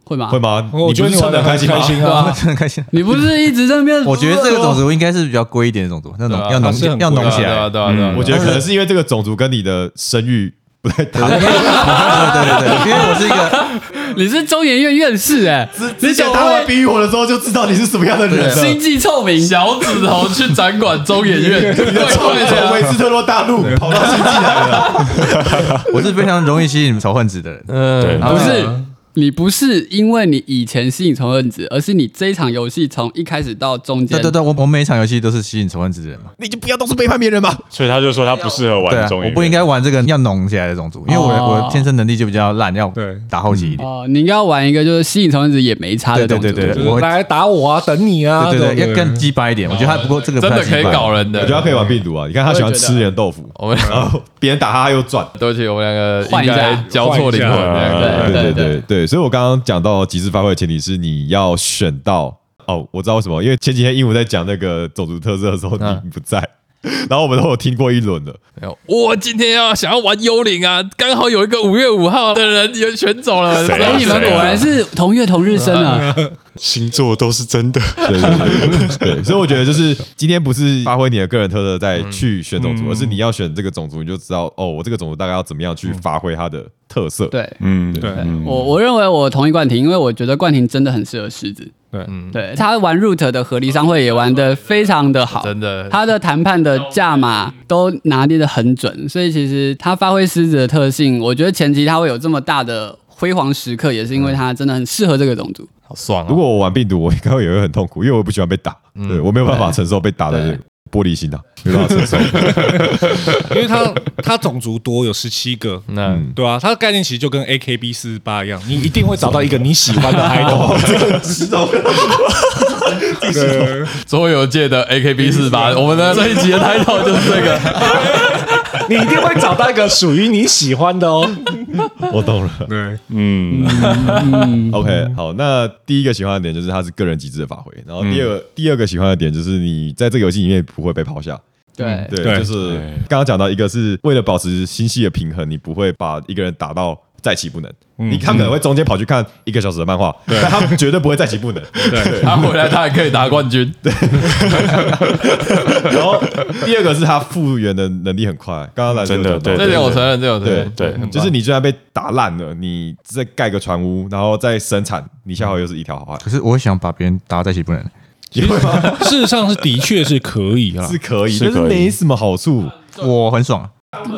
S3: 会吗
S4: 会？吗？
S1: 我觉得
S4: 你
S1: 你
S4: 不
S1: 玩
S4: 是玩的
S1: 的
S4: 开
S1: 开
S4: 心
S1: 心心
S4: 吗？
S3: 对
S1: 啊。
S3: 啊，
S7: 真的开心。
S3: 你不是一直在那 边？
S7: 我觉得这个种族应该是比较贵一点的种族，那种
S2: 对啊
S7: 要浓
S1: 它是很
S7: 要
S1: 贵
S7: 浓
S1: 的
S7: 起
S2: 对
S7: 来
S2: 啊，对啊对啊，
S4: 我觉得可能是因为这个种族跟你的声誉不太搭。
S7: 对对对对，因为我是一个
S3: 你是中研院院士哎，
S4: 之前他玩冰与火的时候就知道你是什么样的人了。
S3: 心计臭名。
S2: 小指头去展馆中研 院，对
S4: 从
S5: 啊
S4: 从维
S2: 对
S4: 斯特洛大陆跑到星际来了，
S7: 我是非常容易吸引仇恨值的人，
S2: 嗯，
S7: 然后
S3: 不是，你不是因为你以前吸引仇恨值，而是你这一场游戏从一开始到中间
S7: 对，对对，我我每一场游戏都是吸引仇恨值的人嘛。
S4: 你就不要到处背叛别人嘛。
S5: 所以他就说他不适合
S7: 对
S5: 玩
S7: 啊，
S5: 中
S7: 我
S5: 影，
S7: 不应该玩这个要浓起来的种族，因为我
S3: 哦
S7: 我天生能力就比较烂，要打后期一点。
S3: 哦，你应该要玩一个就是吸引仇恨值也没差的
S7: 对
S3: 种
S7: 对
S3: 族。
S7: 对
S1: 就
S7: 对，
S1: 是
S7: 我
S1: 来打我啊，等你啊，
S7: 对对
S1: 这
S7: 对
S1: 种
S7: 要更鸡掰一点。我觉得他不过这个不
S2: 真
S7: 太
S2: 的可以
S7: 鸡掰
S2: 搞人的，
S4: 我觉得他可以玩病毒啊，你看他喜欢吃人豆腐，
S2: 我们
S4: 然后别人打他他又转。
S2: 对不起，我们两个
S3: 换一
S2: 应
S3: 下
S2: 该交错灵魂这样子，
S3: 对
S4: 对
S3: 对
S4: 对
S3: 对
S4: 对，所以我刚刚讲到极致发挥的前提是你要选到哦，我知道为什么，因为前几天鹦鹉在讲那个种族特色的时候
S2: 嗯
S4: 你不在， 然后我们都有听过一轮的，
S2: 没有我今天要想要玩幽灵啊，刚好有一个五月五号的人也选走了，
S5: 谁啊
S3: 所以你们果然是同月同日生啊！
S5: 星座都是真的。
S4: 对对对对，所以我觉得就是今天不是发挥你的个人特色在去选种族，而是你要选这个种族，你就知道哦，我这个种族大概要怎么样去发挥它的特色。
S3: 对
S5: 嗯，
S1: 对
S5: 嗯
S3: 我，我认为我同意冠廷，因为我觉得冠廷真的很适合狮子。
S1: 对
S3: 对他玩 Root 的合力商会也玩的非常的好，
S2: 真的
S3: 他的谈判的价码都拿捏的很准，所以其实他发挥狮子的特性，我觉得前期他会有这么大的辉煌时刻，也是因为他真的很适合这个种族。
S2: 好爽啊！
S4: 如果我玩病毒，我应该也会很痛苦，因为我不喜欢被打，对我没有办法承受被打的玻璃心啊，没办法承受。
S1: 因为他他种族多，有十七个。
S2: 那
S4: 嗯
S1: 对啊，它的概念其实就跟 AKB 四十八一样，你一定会找到一个你喜欢的 idol。
S2: 桌游界的 AKB 四八，我们的这一集的 title 就是这个，
S1: 你一定会找到一个属于你喜欢的哦。
S4: 我懂了。
S1: 对，
S5: 嗯，
S4: OK，好，那第一个喜欢的点就是它是个人极致的发挥，然后第二个、第二个喜欢的点就是你在这个游戏里面不会被抛下，
S3: 对，
S5: 哎
S4: 对，
S1: 对
S4: 就是
S5: 对
S4: 刚刚讲到一个是为了保持心系的平衡，你不会把一个人打到再起不能，
S5: 嗯
S4: 你他可能会中间跑去看一个小时的漫画，但他绝对不会再起不能。
S2: 他回来他还可以拿冠军，
S4: 然后第二个是他复原的能力很快，刚刚来
S5: 真的对
S2: 这点我承认，这点我承认，
S5: 对
S4: 对，就是你就算被打烂了，你再盖个船坞，然后再生产，你下回又是一条好汉，
S7: 可是我想把别人打在一起不能，
S1: 事实上是的确是可以啦
S4: 是。可以，啊
S5: 嗯是
S4: 但是
S5: 可以
S4: 没什么好处。
S7: 我很爽。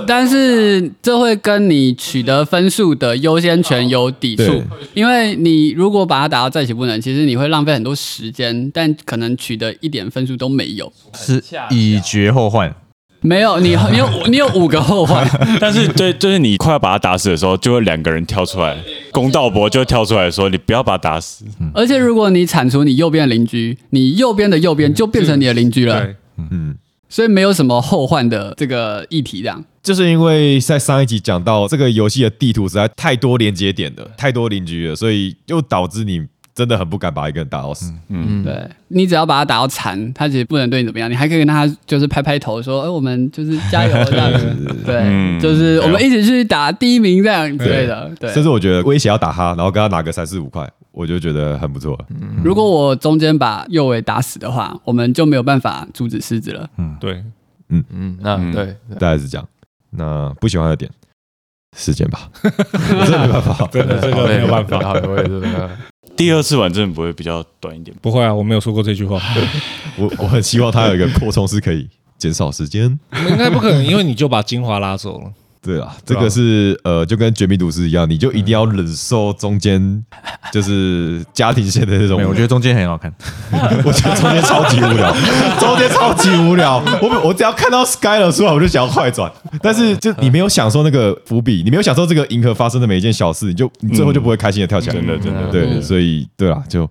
S3: 但是这会跟你取得分数的优先权有抵触
S4: 对，
S3: 因为你如果把它打到在一起不能，其实你会浪费很多时间，但可能取得一点分数都没有。
S7: 是以绝后患。
S3: 没有，你你有你有五个后患，
S5: 但是对，就是你快要把他打死的时候，就会两个人跳出来，公道伯就跳出来说：“你不要把他打死。
S3: 而且如果你铲除你右边的邻居，你右边的右边就变成你的邻居了，
S8: 对，
S4: 嗯，
S3: 所以没有什么后患的这个议题这样。
S4: 就是因为在上一集讲到这个游戏的地图实在太多连接点了，太多邻居了，所以又导致你真的很不敢把一个人打到死。
S3: 对你只要把他打到残，他其实不能对你怎么样，你还可以跟他就是拍拍头说，哎、我们就是加油这样子，对，
S5: 嗯
S3: 就是我们一起去打第一名这样之类的。对，
S4: 甚至我觉得威胁要打他，然后跟他拿个三四五块，我就觉得很不错了。
S3: 如果我中间把右尾打死的话，我们就没有办法阻止狮子了。
S8: 对，
S2: 嗯，那
S5: 嗯
S2: 对，
S4: 大概是这样。那不喜欢的点，时间吧，真的没办法。
S8: 真的这
S2: 好
S8: 个
S2: 累
S8: 没有办法，
S2: 好累，我也是没办法。”
S5: 第二次玩真的不会比较短一点吗？
S8: 不会啊，我没有说过这句话，
S4: 我我很希望他有一个扩充是可以减少时间。
S8: 应该不可能，因为你就把精华拉走了。
S4: 对啊，这个是呃，就跟绝命毒师一样，你就一定要忍受中间就是家庭线的那种
S7: 没有，我觉得中间很好看。
S4: 我觉得中间超级无聊，中间超级无聊。我每我只要看到 Sky 了出来，我就想要快转。但是就你没有享受那个伏笔，你没有享受这个银河发生的每一件小事，你就你最后就不会开心的跳起来。嗯
S5: 嗯真的，真的，
S7: 嗯
S4: 对，所以对啦，就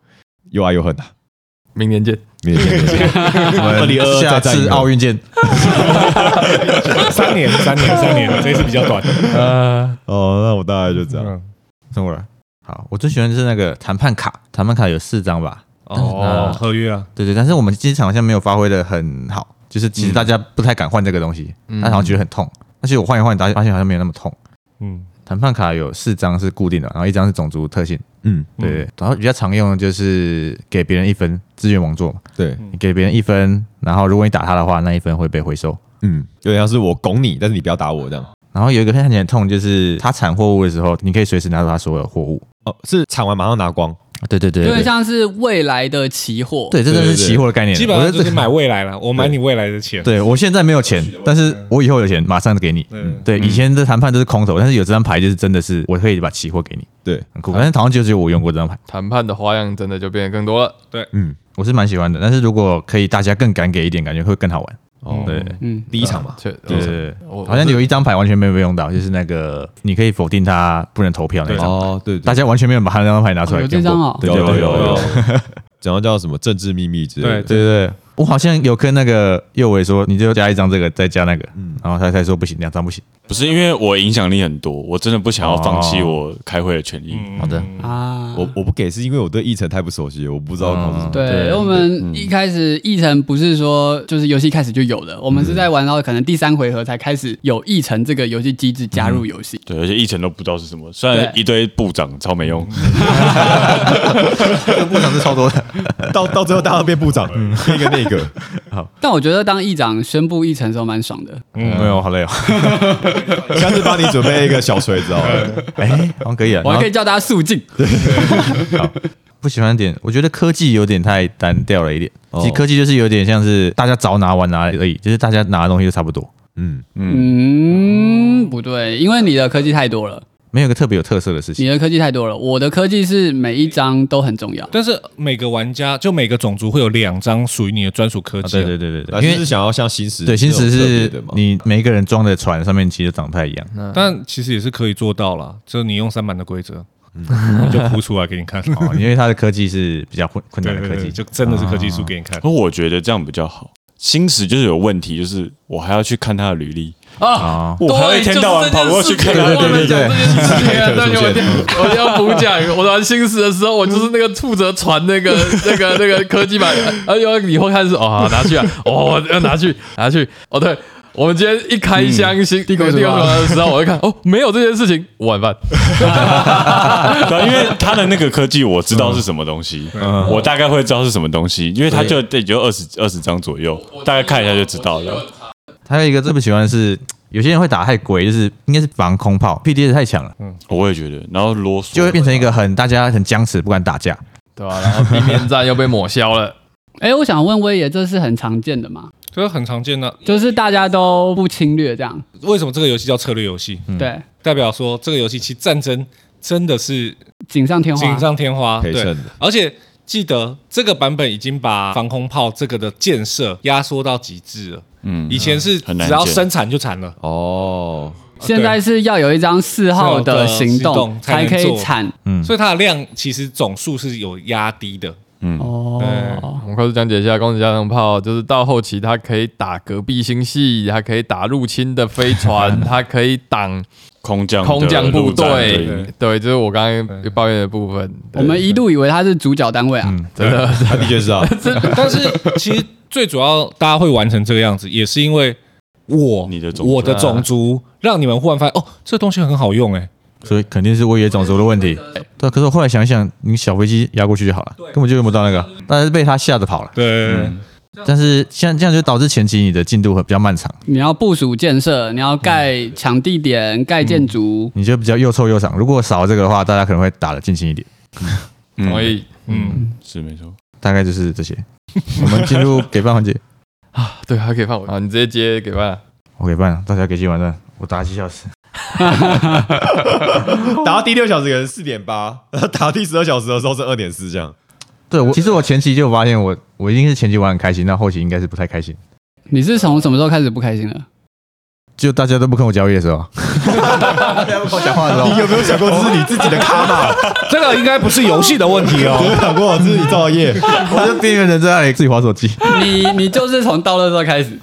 S4: 又爱又恨呐。啊
S2: 明年见。
S4: 明天见明天 见
S7: 二
S4: 2022
S7: 下
S4: 再战一
S7: 次
S4: 个
S7: 奥运见。
S8: 三年，三年，三年，这一次比较 短。
S2: 呃，
S4: 哦，那我大概就这样。
S8: 嗯
S7: 送过来。好，我最喜欢的是那个谈判卡，谈判卡有四张吧？
S8: 哦，合约啊，
S7: 对对，但是我们机场好像没有发挥的很好，就是其实大家不太敢换这个东西，大家好像觉得很痛。但是我换一换，大家发现好像没有那么痛。
S8: 嗯，
S7: 谈判卡有四张是固定的，然后一张是种族特性，
S4: 嗯，
S7: 对对。然后比较常用的就是给别人一分资源王座嘛，
S4: 对，
S7: 你给别人一分，然后如果你打他的话，那一分会被回收。
S4: 嗯，有点像是我拱你，但是你不要打我这样。
S7: 然后有一个看起来很痛，就是他产货物的时候，你可以随时拿走他所有的货物。
S4: 哦，是铲完马上拿光。
S7: 对对对
S3: 有点
S7: 对，
S3: 像是未来的期货，
S7: 对，这真的
S4: 对对
S7: 是
S4: 对
S7: 期货的概念。
S8: 基本上
S7: 我觉
S8: 就
S7: 得
S8: 是
S7: 这
S8: 买未来了，我买你未来的钱。
S7: 对我现在没有钱，但是我以后有钱马上给你。
S8: 嗯，
S7: 对，以前的谈判都是空手，但是有这张牌就是真的是我可以把期货给你，
S4: 对，
S7: 很酷。反正好像就只有我用过这张牌，
S2: 谈判的花样真的就变得更多了。
S4: 嗯，
S7: 我是蛮喜欢的。但是如果可以大家更敢给一点，感觉会更好玩。
S4: 哦，
S7: 对，
S3: 嗯，
S4: 第一场嘛，
S2: 确
S7: 对对
S2: 我
S7: 对
S2: 我
S7: 好像有一张牌完全没有被用到，就是那个你可以否定他不能投票那张，
S4: 哦，对，
S7: 大
S4: 大家
S7: 家完全没有把他那张牌拿出
S3: 哦
S7: 来
S3: 有这
S7: 用过。
S3: 张哦
S7: 对对对对对。
S4: 讲到叫什么政治秘密之类的。
S8: 对
S7: 对对，对我好像有跟那个右伟说，你就加一张这个，再加那个，然后他才说不行，两张不行。
S5: 不是因为我影响力很多，我真的不想要放弃我开会的权利。
S7: 好的，
S3: 啊，
S4: 我我不给是因为我对议程太不熟悉了，我不知道搞
S1: 嗯
S4: 什么。
S3: 对，因为我们一开始议程不是说就是游戏开始就有的，我们是在玩到可能第三回合才开始有议程这个游戏机制加入游戏。
S5: 对，而且议程都不知道是什么，虽然
S3: 对
S5: 一堆部长超没用，
S7: 部长是超多的，
S4: 到到最后大家都变部长，变一个那个。
S3: 但我觉得当议长宣布议程的时候蛮爽的，
S7: 没有，好累哦。
S4: 下次帮你准备一个小锤子哦。
S7: 哎，好像可以啊。
S3: 我还可以
S7: 然
S3: 叫大家肃静。
S7: 后不喜欢点，我觉得科技有点太单调了一点。
S4: 哦
S7: 其实科技就是有点像是大家早拿晚拿而已，就是大家拿的东西都差不多，
S4: 嗯，
S3: 嗯，不对，因为你的科技太多了，
S7: 没有一个特别有特色的事
S3: 你
S7: 情。
S3: 的科技太多了，我的科技是每一张都很重要。
S8: 但是每个玩家就每个种族会有两张属于你的专属科
S7: 啊
S8: 技啊、
S7: 对对对对
S4: 老师
S7: 对，因为
S4: 是想要像新石
S7: 对新石
S4: 这
S7: 是
S4: 种特别的嘛
S7: 你每一个人装的船上面其实长不太一样。
S8: 但其实也是可以做到啦，就是你用三板的规则，我就铺出来给你看。
S7: 哦，因为它的科技是比较困困
S8: 对
S7: 难的
S8: 对
S7: 科
S8: 对，
S7: 技，
S8: 就真的是科技树给你看。
S5: 可我觉得这样比较好。心实就是有问题，就是我还要去看他的履历，
S7: 啊，
S5: 我还要一天到晚跑过去看
S2: 啊
S5: 他的履历。
S7: 对对对
S2: 对，但是我啊我我要补讲，我玩新时的时候，我就是那个负责传那 个那个那个科技版，哎呦，以后开始哦，好拿去啊，哦，要拿去拿去，哦，对。我们今天一开
S5: 嗯
S2: 箱新帝国帝
S5: 啊
S2: 国的时候，我就看哦，没有这件事情，我晚饭。
S5: 对，啊因为他的那个科技我知道是什么东西，
S2: 嗯
S5: 我大概会知道是什么东西，因为他就也就二十二十张左右，大概看一下就知道了。
S7: 还有一个最不喜欢的是，有些人会打太鬼，就是应该是防空炮，PDS 太强了，
S5: 我也觉得，然后啊啰嗦
S7: 就会变成一个很大家很僵持，不敢打架。
S2: 对吧、然后地面战又被抹消了，
S3: 哎，我想问威爷，这是很常见的嘛？
S8: 这个很常见的。
S3: 就是大家都不侵略这样，
S8: 为什么这个游戏叫策略游戏？
S3: 对，
S8: 代表说这个游戏其实战争真的是
S3: 锦上添花
S8: 锦。上添花，
S4: 陪衬
S8: 对
S4: 的，
S8: 而且。记得这个版本已经把防空炮这个的建设压缩到极致了。
S5: 嗯
S8: 以前是
S5: 很难
S8: 只要
S5: 见
S8: 生产就产了，
S4: 哦，
S3: 现在是要有一张四号的行动
S1: 对
S3: 才可
S1: 才能
S3: 以
S1: 做
S3: 产
S7: 嗯
S1: 所以它的量其实总数是有压低的。
S3: 哦
S1: 对。
S2: 哦我们快速讲解一下攻击加农炮，就是到后期它可以打隔壁星系，它可以打入侵的飞 船，它可以挡
S5: 空降
S2: 空降部
S5: 队，
S2: 队，对，就是我刚刚抱怨的部分。对
S3: 我们一度以为它是主角单位啊，
S4: 他的确是 啊，
S1: 但是其实最主要大家会完成这个样子，也是因为我
S5: 你的种族
S1: 我的种族让你们忽然发现哦，这东西很好用哎、
S7: 所以肯定是威胁种族的问题。对，可是我后来想一想，你小飞机压过去就好了，根本就用不到那个，但是被他吓得跑了。
S1: 对，
S7: 但是像这样就导致前期你的进度会比较漫长，
S3: 你要部署建设，你要盖抢地点、盖建筑，
S7: 你就比较又臭又长。如果少了这个的话，大家可能会打得尽兴一点。
S2: 同意
S1: 嗯，
S5: 是没错。
S7: 大概就是 这些。我们进入给饭环节，
S2: 啊，对，还可以放我，好，你直接接给吧。
S7: 我给饭了，大家给鸡完蛋，我打几小时。
S4: 打到第六小时可能四点八，然后打到第十二小时的时候是二点四这样。
S7: 对我，其实我前期就发现我，我一定是前期玩很开心，那后期应该是不太开心。
S3: 你是从什么时候开始不开心的？
S7: 就大家都不跟我交易的时 候，大家不跟我讲话的时
S1: 哦
S7: 候，
S4: 你有没有想过这是你自己的卡玛？
S1: 这个应该不是游戏的问题 哦。
S4: 有想过这是你造的业？
S7: 我就边缘人在那里自己划手机。
S3: 你你就是从到乐色开始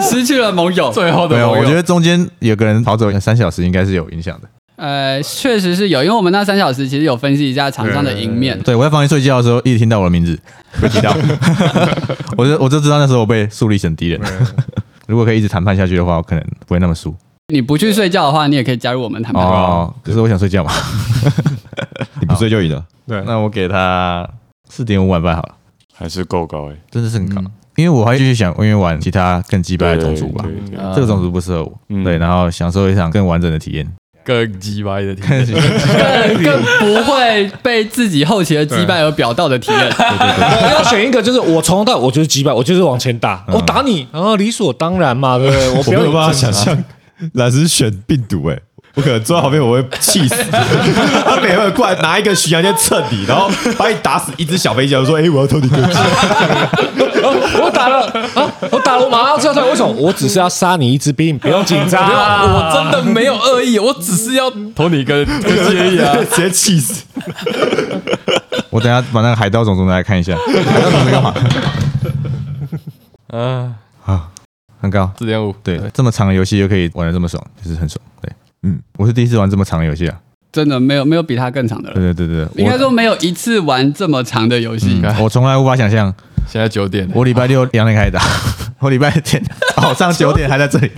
S3: 失去了盟友，
S2: 最后的
S7: 没有，
S2: 朋
S7: 我
S2: 友
S7: 觉得中间有个人逃走三小时，应该是有影响的。
S3: 呃，确实是有，因为我们那三小时其实有分析一下厂商的赢面，
S7: 对我在房间睡觉的时候，一直听到我的名字被提到， 我就我就知道那时候我被树立成敌人。如果可以一直谈判下去的话，我可能不会那么输。
S3: 你不去睡觉的话，你也可以加入我们谈判。
S7: 哦，可是我想睡觉嘛，
S4: 你不睡就赢了。
S7: 那我给他四点五晚饭好了，
S5: 还是够高哎、
S7: 真的是很高。因为我还继续想，因为玩其他更击败的种族吧，
S5: 对对对
S7: 这个种族不适合我。
S5: 嗯
S7: 对，然后享受一场更完整的体验。
S2: 更鸡歪的体验，
S7: 对对对
S3: 更更不会被自己后期的击败而表到的体验。
S7: 对，
S1: 我要选一个，就是我从头到尾我就是击败，我就是往前打，我打你，然后理所当然嘛，对不对？嗯我
S4: 我
S1: 不
S4: 没
S1: 要啊
S4: 有办法想象蓝斯选病毒哎、我可能坐在旁边我会气死，他每个人过来拿一个巡洋舰蹭你，然后把你打死一只小飞机，我说哎、我要偷你飞机，
S1: 我打了啊，我打了，我马上就要退，为什么？我只是要杀你一只 兵，不用紧张、
S2: 我 真的没有恶意，我只是要投你一个一个建议啊。
S4: 直接气死。
S7: 我等下把那个海盗种族拿来看一下，海盗种族干嘛？啊
S2: 嗯，
S7: 很高，
S2: 四点五，
S7: 对，这么长的游戏又可以玩的这么爽，就是很爽。对，嗯，我是第一次玩这么长的游戏啊。
S3: 真的没有没有比它更长的了，
S7: 对对对对，
S3: 应该
S7: 我
S3: 说没有一次玩这么长的游戏。
S7: 嗯我从来无法想象，
S2: 现在九点了，
S7: 我礼拜六
S4: 啊
S7: 两点开始打，啊 我礼拜 天早上九点还在这里。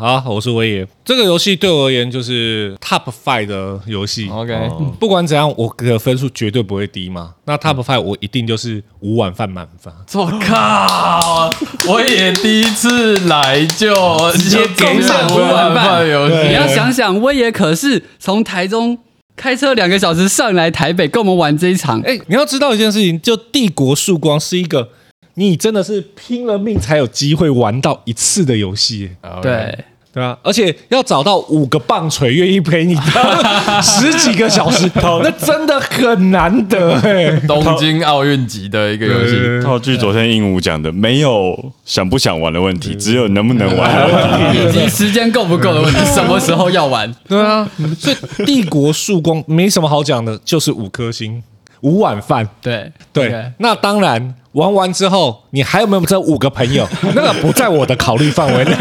S1: 好，我是威爷。这个游戏对我而言就是 Top Five 的游戏，
S2: OK，
S1: 不管怎样，我的分数绝对不会低嘛。那 Top Five 我一定就是五碗饭满分，啊
S2: 我靠！我也第一次来就直
S3: 接给
S2: 上
S3: 满
S2: 晚饭游
S3: 你
S2: 戏，
S3: 要想想，威爷可是从台中开车两个小时上来台北，跟我们玩这一场。
S1: 哎、你要知道一件事情，就帝国曙光是一个你真的是拼了命才有机会玩到一次的游戏耶，
S2: OK，
S3: 对，
S1: 对啊，而且要找到五个棒槌愿意陪你打十几个小时，那真的很难得哎、
S2: 东京奥运级的一个游戏，
S5: 套句昨天鹦鹉讲的，没有想不想玩的问题，
S2: 嗯
S5: 只有能不能玩的问题。
S3: 以及时间够不够的问题，什么时候要玩？
S1: 对啊，所以帝国曙光没什么好讲的，就是五颗星，五碗饭。
S3: 对
S1: 对
S3: OK
S1: 那当然，玩完之后你还有没有这五个朋友？ 那个不在我的考虑范围 内，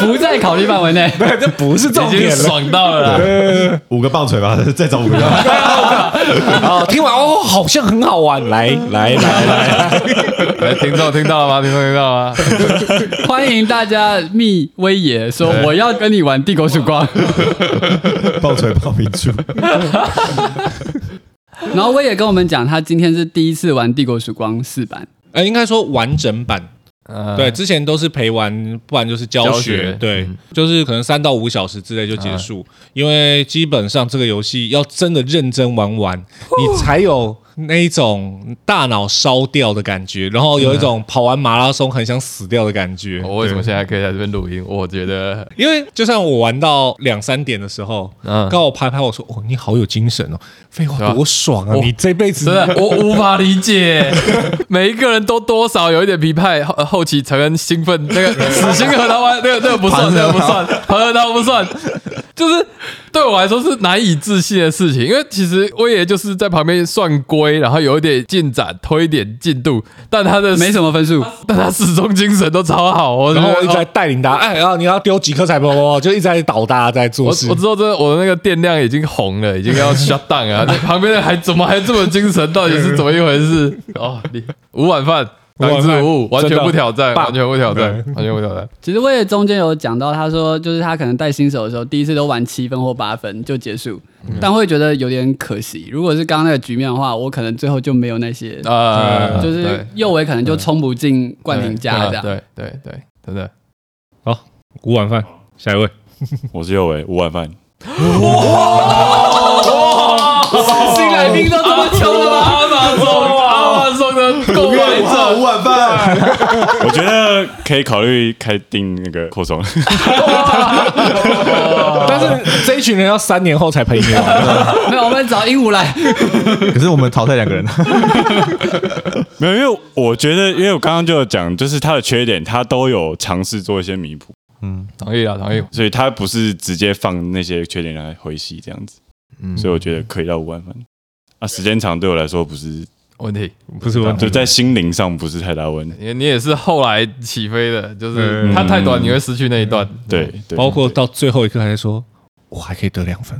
S3: 不在考虑范围内。
S1: 对，这不是重
S2: 已经
S1: 点了。
S2: 爽到了啦。
S4: 五个棒槌吧， 再找五个棒槌。
S1: 啊，听完哦，好像很好玩，来来来来，
S2: 来，哎听众听到了吗？听众听到了吗？
S3: 欢迎大家密威爷说我要跟你玩帝国曙光，
S4: 棒槌爆明珠，
S3: 然后威爷跟我们讲，他今天是第一次玩帝国曙光四版，
S1: 呃，应该说完整版。
S2: 嗯
S1: 对，，之前都是陪玩，不然就是啊教学，啊
S2: 教学
S1: 对，
S2: 嗯
S1: 就是可能三到五小时之内就结束，因为基本上这个游戏要真的认真玩完，你才有那一种大脑烧掉的感觉，然后有一种跑完马拉松很想死掉的感觉。
S2: 我为什么
S1: 对
S2: 现在可以在这边录音？我觉得，
S1: 因为就像我玩到两三点的时候，
S2: 嗯
S1: 刚好拍拍我说：“哦，你好有精神哦！”废
S2: 对啊
S1: 话多爽啊！
S2: 我
S1: 你这辈子
S2: 真的，我无法理解，每一个人都多少有一点疲态。后呃后期承认兴奋，那个死心核桃丸，那个那个不算，那个不算，核桃不算。就是对我来说是难以置信的事情，因为其实威爷就是在旁边算龟，然后有一点进展，推一点进度，但他的
S3: 没什么分数，
S2: 但他始终精神都超好，我
S1: 然后我一
S2: 一
S1: 直在带领大家，哎，然后你要丢几颗彩波，就一直在倒搭在
S2: 我
S1: 做事
S2: 我。知道这我的那个电量已经红了，已经要 shut down 了，那旁边的还怎么还这么精神？到底是怎么一回 事？哦，你五碗饭当之无物，完全不挑战，完全不挑战，完全不挑 战。
S3: 其实我也中间有讲到，他说就是他可能带新手的时候，第一次都玩七分或八分就结束，
S2: 嗯
S3: 但会觉得有点可惜。如果是刚刚那个局面的话，我可能最后就没有那些，
S2: 啊，
S3: 就
S2: 对
S3: 是右尾可能就冲不进冠廷家这样。
S2: 对对对对，真的。
S8: 五碗饭，下一位，
S5: 我是右维，五碗饭。
S3: 哦新来宾都这么穷了吗？
S2: 阿玛松，阿玛松的购买者，
S4: 五碗饭，
S5: 我觉得可以考虑开订那个扩充，
S1: 但是这一群人要三年后才陪你玩，
S3: 没有，我们找鹦鹉来。
S7: 可是我们淘汰两个人，啊
S5: 没有，因为我觉得，因为我刚刚就有讲，就是它的缺点，它都有尝试做一些弥补，
S2: 同意了，同意。
S5: 所以它不是直接放那些缺点来回吸这样子，
S7: 嗯
S5: 所以我觉得可以到五万分。啊，时间长对我来说不是，
S2: 问题，
S8: 不是我
S5: 就在心灵上不是太大问题。
S2: 你你也是后来起飞的，就是
S8: 嗯
S2: 它太短，你会失去那一段。
S5: 对，对
S1: 包括到最后一刻还在说，我还可以得两分。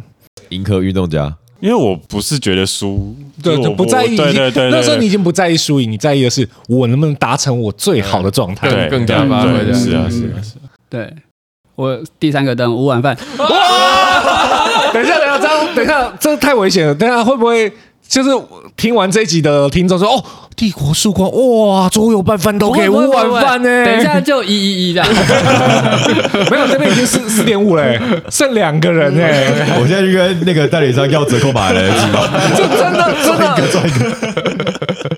S4: 银河运动家，
S5: 因为我不是觉得输，
S1: 对，
S5: 就是
S1: 就
S5: 我
S1: 不在意已经。
S5: 对对对，对
S1: 那时候你已经不在意输赢，你在意的是我能不能达成我最好的状态。
S5: 对
S2: 更加发挥
S5: 对
S2: 这样
S5: 是啊是啊是啊，
S3: 对，我第三个灯五碗饭，
S1: 等一下，等一下，这样，等一下，这太危险了。等一下会不会就是听完这一集的听众说，哦，帝国曙光，哇，桌游拌饭都给
S3: 不会
S1: 五碗饭呢、
S3: 欸等一下，就一一一这样。
S1: 没有，这边已经 四四点五了、剩两个人哎、
S4: 我现在去跟那个代理商要折扣码来得 及吗？
S3: 嗯
S1: 这真的真的。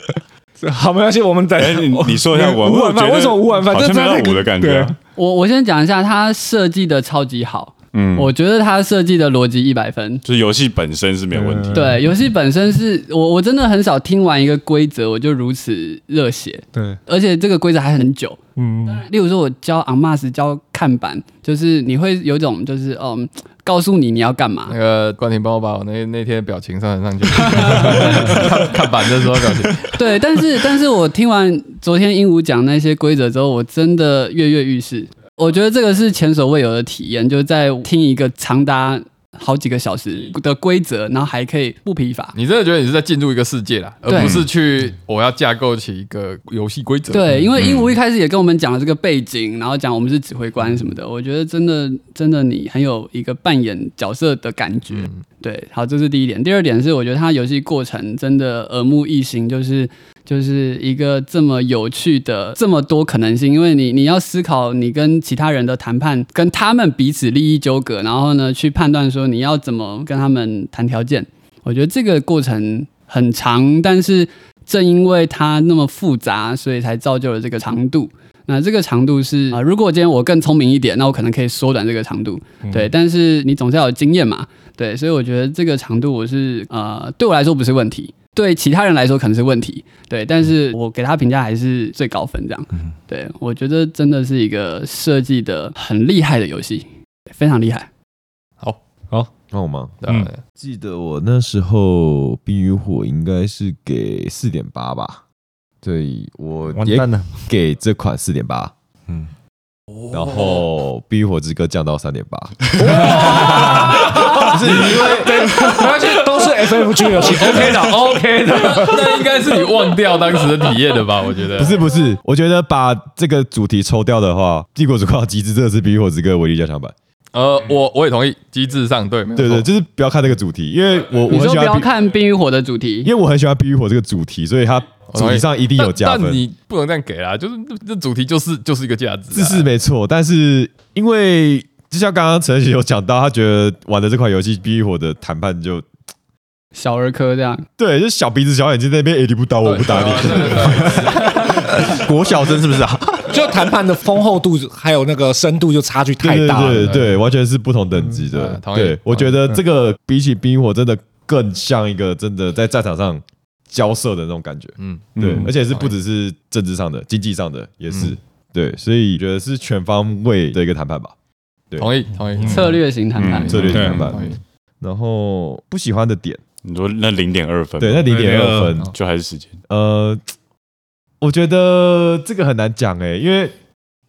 S1: 好，没关系，我们等。
S5: 哎，你你说一下我，
S1: 五
S5: 我
S1: 碗
S5: 觉
S1: 饭
S5: 得
S1: 为什么五碗饭？
S5: 好
S1: 这
S5: 像没
S1: 真
S5: 有到
S1: 的
S5: 五的感觉啊。
S3: 我我先讲一下，它设计的超级好，
S5: 嗯，
S3: 我觉得它设计的逻辑一百分。
S5: 就是游戏本身是没有问
S1: 嗯
S5: 题，
S3: 对，游戏本身是我我真的很少听完一个规则我就如此热血，
S8: 对，
S3: 而且这个规则还很久。
S8: 嗯，
S3: 例如说，我教 Unmas 教看板，就是你会有一种就是嗯，告诉你你要干嘛
S2: 那。个关婷帮我把我那那天的表情上传 上去，看看板的时候表情。
S3: 对，但是但是我听完昨天鹦鹉讲那些规则之后，我真的跃跃欲试。我觉得这个是前所未有的体验，就是在听一个长达好几个小时的规则，然后还可以不疲乏。
S2: 你真的觉得你是在进入一个世界啦，而
S3: 对
S2: 不是去我要架构起一个游戏规则。嗯
S3: 对，因为鹦鹉一开始也跟我们讲了这个背景，然后讲我们是指挥官什么的，
S2: 嗯
S3: 我觉得真的真的你很有一个扮演角色的感觉。
S2: 嗯
S3: 对，好，这是第一点。第二点是，我觉得它游戏过程真的耳目一新，就是就是一个这么有趣的这么多可能性，因为你你要思考你跟其他人的谈判，跟他们彼此利益纠葛，然后呢去判断说你要怎么跟他们谈条件。我觉得这个过程很长，但是正因为它那么复杂，所以才造就了这个长度。那这个长度
S4: 嗯
S3: 是啊、如果今天我更聪明一点，那我可能可以缩短这个长度，
S4: 嗯
S3: 对。但是你总是要有经验嘛，对。所以我觉得这个长度我是呃，对我来说不是问题，对其他人来说可能是问题，对。但
S4: 嗯
S3: 是我给他评价还是最高分这样，对我觉得真的是一个设计的很厉害的游戏，非常厉害。
S4: 那我吗？
S2: 对啊，
S4: 记得我那时候《冰与火》应该是给四点八吧，对我
S7: 完
S4: 也
S7: 蛋了。
S4: 给这款四点八，
S7: 嗯，
S4: 然后《冰与火之歌》降到三点八，不是因为
S1: 没关系， 都 是 FFG 游戏，OK 的，OK 的。
S2: 那应该是你忘掉当时的体验了吧？我觉得
S4: 不是不是，我觉得把这个主题抽掉的话，《帝国主要机制》真的是《冰与火之歌》唯一加强版。
S2: 呃，我我也同意，机制上对，没有
S4: 对对，
S2: 错
S4: 就是不要看这个主题，因为我
S3: 你
S4: 我很
S3: 说不
S4: 喜欢
S3: 要
S4: 冰，
S3: 看《冰与火》的主题，
S4: 因为我很喜欢《冰与火》这个主题，所以它
S2: 我同
S4: 主
S2: 意
S4: 题上一定有加
S2: 但但
S4: 分。
S2: 你不能这样给啦，就是这这主题就是就是一个价值啊，
S4: 这是没错，但是因为就像刚刚陈雪有讲到，他觉得玩的这款游戏《冰与火》的谈判就
S3: 小儿科这样，
S4: 对，就是小鼻子小眼睛在那边，哎、你不打我，我不打你。
S7: 哎国小生是不 是啊？
S1: 就谈判的丰厚度还有那个深度就差距太大了。
S4: 对对对对，完全是不同等级的
S2: 嗯。同意
S4: 对，我觉得这个比起冰与火，真的更像一个真的在战场上交涉的那种感觉。
S2: 嗯，
S4: 对，而且是
S2: 同意
S4: 不只是政治上的，经济上的也是。对，所以觉得是全方位的一个谈判吧，对
S2: 同意同意，
S3: 策略型谈判
S5: 嗯，
S4: 策略性
S8: 对
S4: 谈
S2: 同意
S4: 判。然后不喜欢的点，
S5: 你说那零点二分，
S4: 对，那零点二分，
S2: 哦
S5: 就还是时间，
S4: 呃，我觉得这个很难讲哎、因为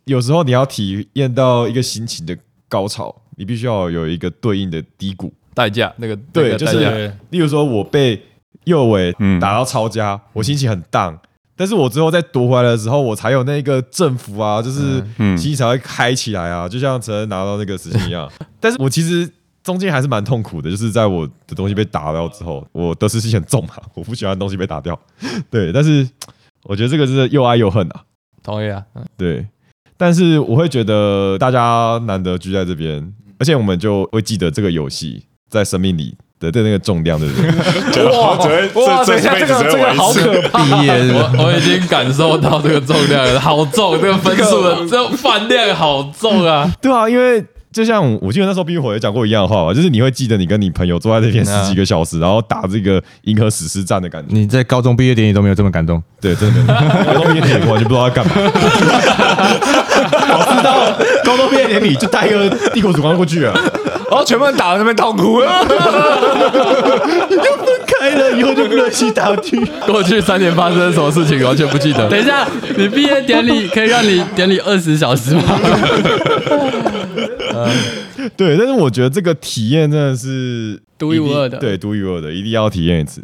S4: 有时候你要体验到一个心情的高潮，你必须要有一个对应的低谷。
S2: 代价那个
S4: 对
S2: 那个
S4: 就
S2: 代
S4: 是
S2: 价
S8: 对
S4: 例如说，我被右尾
S5: 嗯
S4: 打到抄家，我心情很荡，但是我之后再夺回来的时候，我才有那个振幅啊，就是
S5: 嗯
S4: 心情才会开起来啊，就像陈恩拿到那个事情一样。 但是我其实中间还是蛮痛苦的，就是在我的东西被打掉之后，我得失心很重嘛，啊我不喜欢东西被打掉。 对，但是我觉得这个是又爱又恨啊。
S2: 同意啊，嗯
S4: 对，但是我会觉得大家难得聚在这边，而且我们就会记得这个游戏在生命里的的那个重量，对不对？
S5: 哇，
S2: 哇等一下
S5: 辈子
S2: 这个
S5: 只会
S2: 这个
S5: 玩一
S2: 好
S5: 次
S2: 可
S7: 毕业是不是
S2: 我我已经感受到这个重量了，好重，这个分数的这饭量好重啊！
S4: 对啊，因为就像我记得那时候冰与火也讲过一样的话嘛，就是你会记得你跟你朋友坐在那边十几个小时，然后打这个银河史诗战的感觉。
S7: 你在高中毕业典礼都没有这么感动，
S4: 对，真的没有。 高中毕业典礼我完全不知道要干嘛。我知道高中毕业典礼就带一个帝国曙光过去了，
S1: 然后全部人打到那边痛哭了。
S4: 开了以后就不能去打去。
S2: 过去三年发生什么事情完全不记得
S3: 等，一下，你毕业典礼可以让你典礼二十小时吗？
S4: 对，但是我觉得这个体验真的是
S3: 独一无二的
S4: 对，独一无二的，一定要体验一次。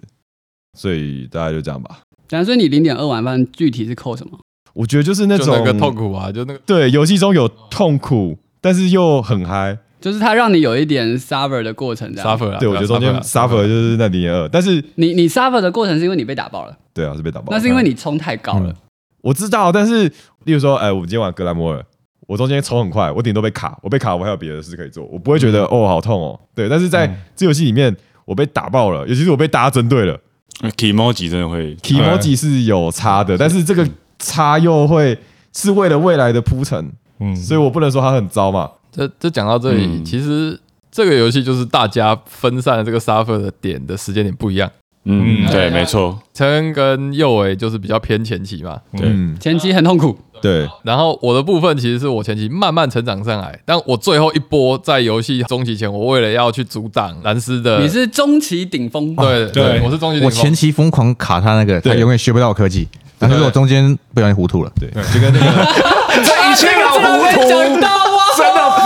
S4: 所以大家就这样吧。
S3: 等一下，所以你零点二晚饭具体是扣什么？
S4: 我觉得就是那
S2: 就
S4: 种
S2: 那个痛苦啊，就那个
S4: 对游戏中有痛苦，但是又很嗨。
S3: 就是它让你有一点 suffer 的过程，这样。
S2: suffer 啊。
S4: 对，我觉得中间 suffer
S2: 啊
S4: 就是那零点二，但是
S3: 你你 suffer 的过程是因为你被打爆了，
S4: 对啊是被打爆。
S3: 那是因为你冲太高了。
S4: 我知道，但是例如说，哎，我们今天玩格兰摩尔，我中间冲很快，我顶多被卡，我被卡，我还有别的事可以做，我不会觉得哦好痛哦。对，但是在这游戏里面，我被打爆了，尤其是我被大家针对了
S5: k i m o j i 真的会，
S4: t i m o j i 是有差的，但是这个差又会是为了未来的铺陈，
S8: 嗯，
S4: 所以我不能说它很糟嘛。
S2: 这这讲到这里，
S5: 嗯
S2: 其实这个游戏就是大家分散的这个 suffer 的点的时间点不一样。
S5: 嗯，
S8: 嗯
S5: 对，没错，
S2: 陈恩跟右伟就是比较偏前期嘛，
S4: 嗯，
S3: 前期很痛苦，
S4: 对，
S2: 然后我的部分其实是我前期慢慢成长上来，但我最后一波在游戏中期前，我为了要去阻挡蓝斯的，
S3: 你是中期顶峰，
S2: 对对，
S8: 对
S2: 我是终极
S7: 我前期疯狂卡他那个，他
S4: 对
S7: 永远学不到科技，但是我中间不小心糊涂了。
S4: 对，就跟那个。
S1: 这一切老糊涂，
S3: 讲到啊，
S1: 真的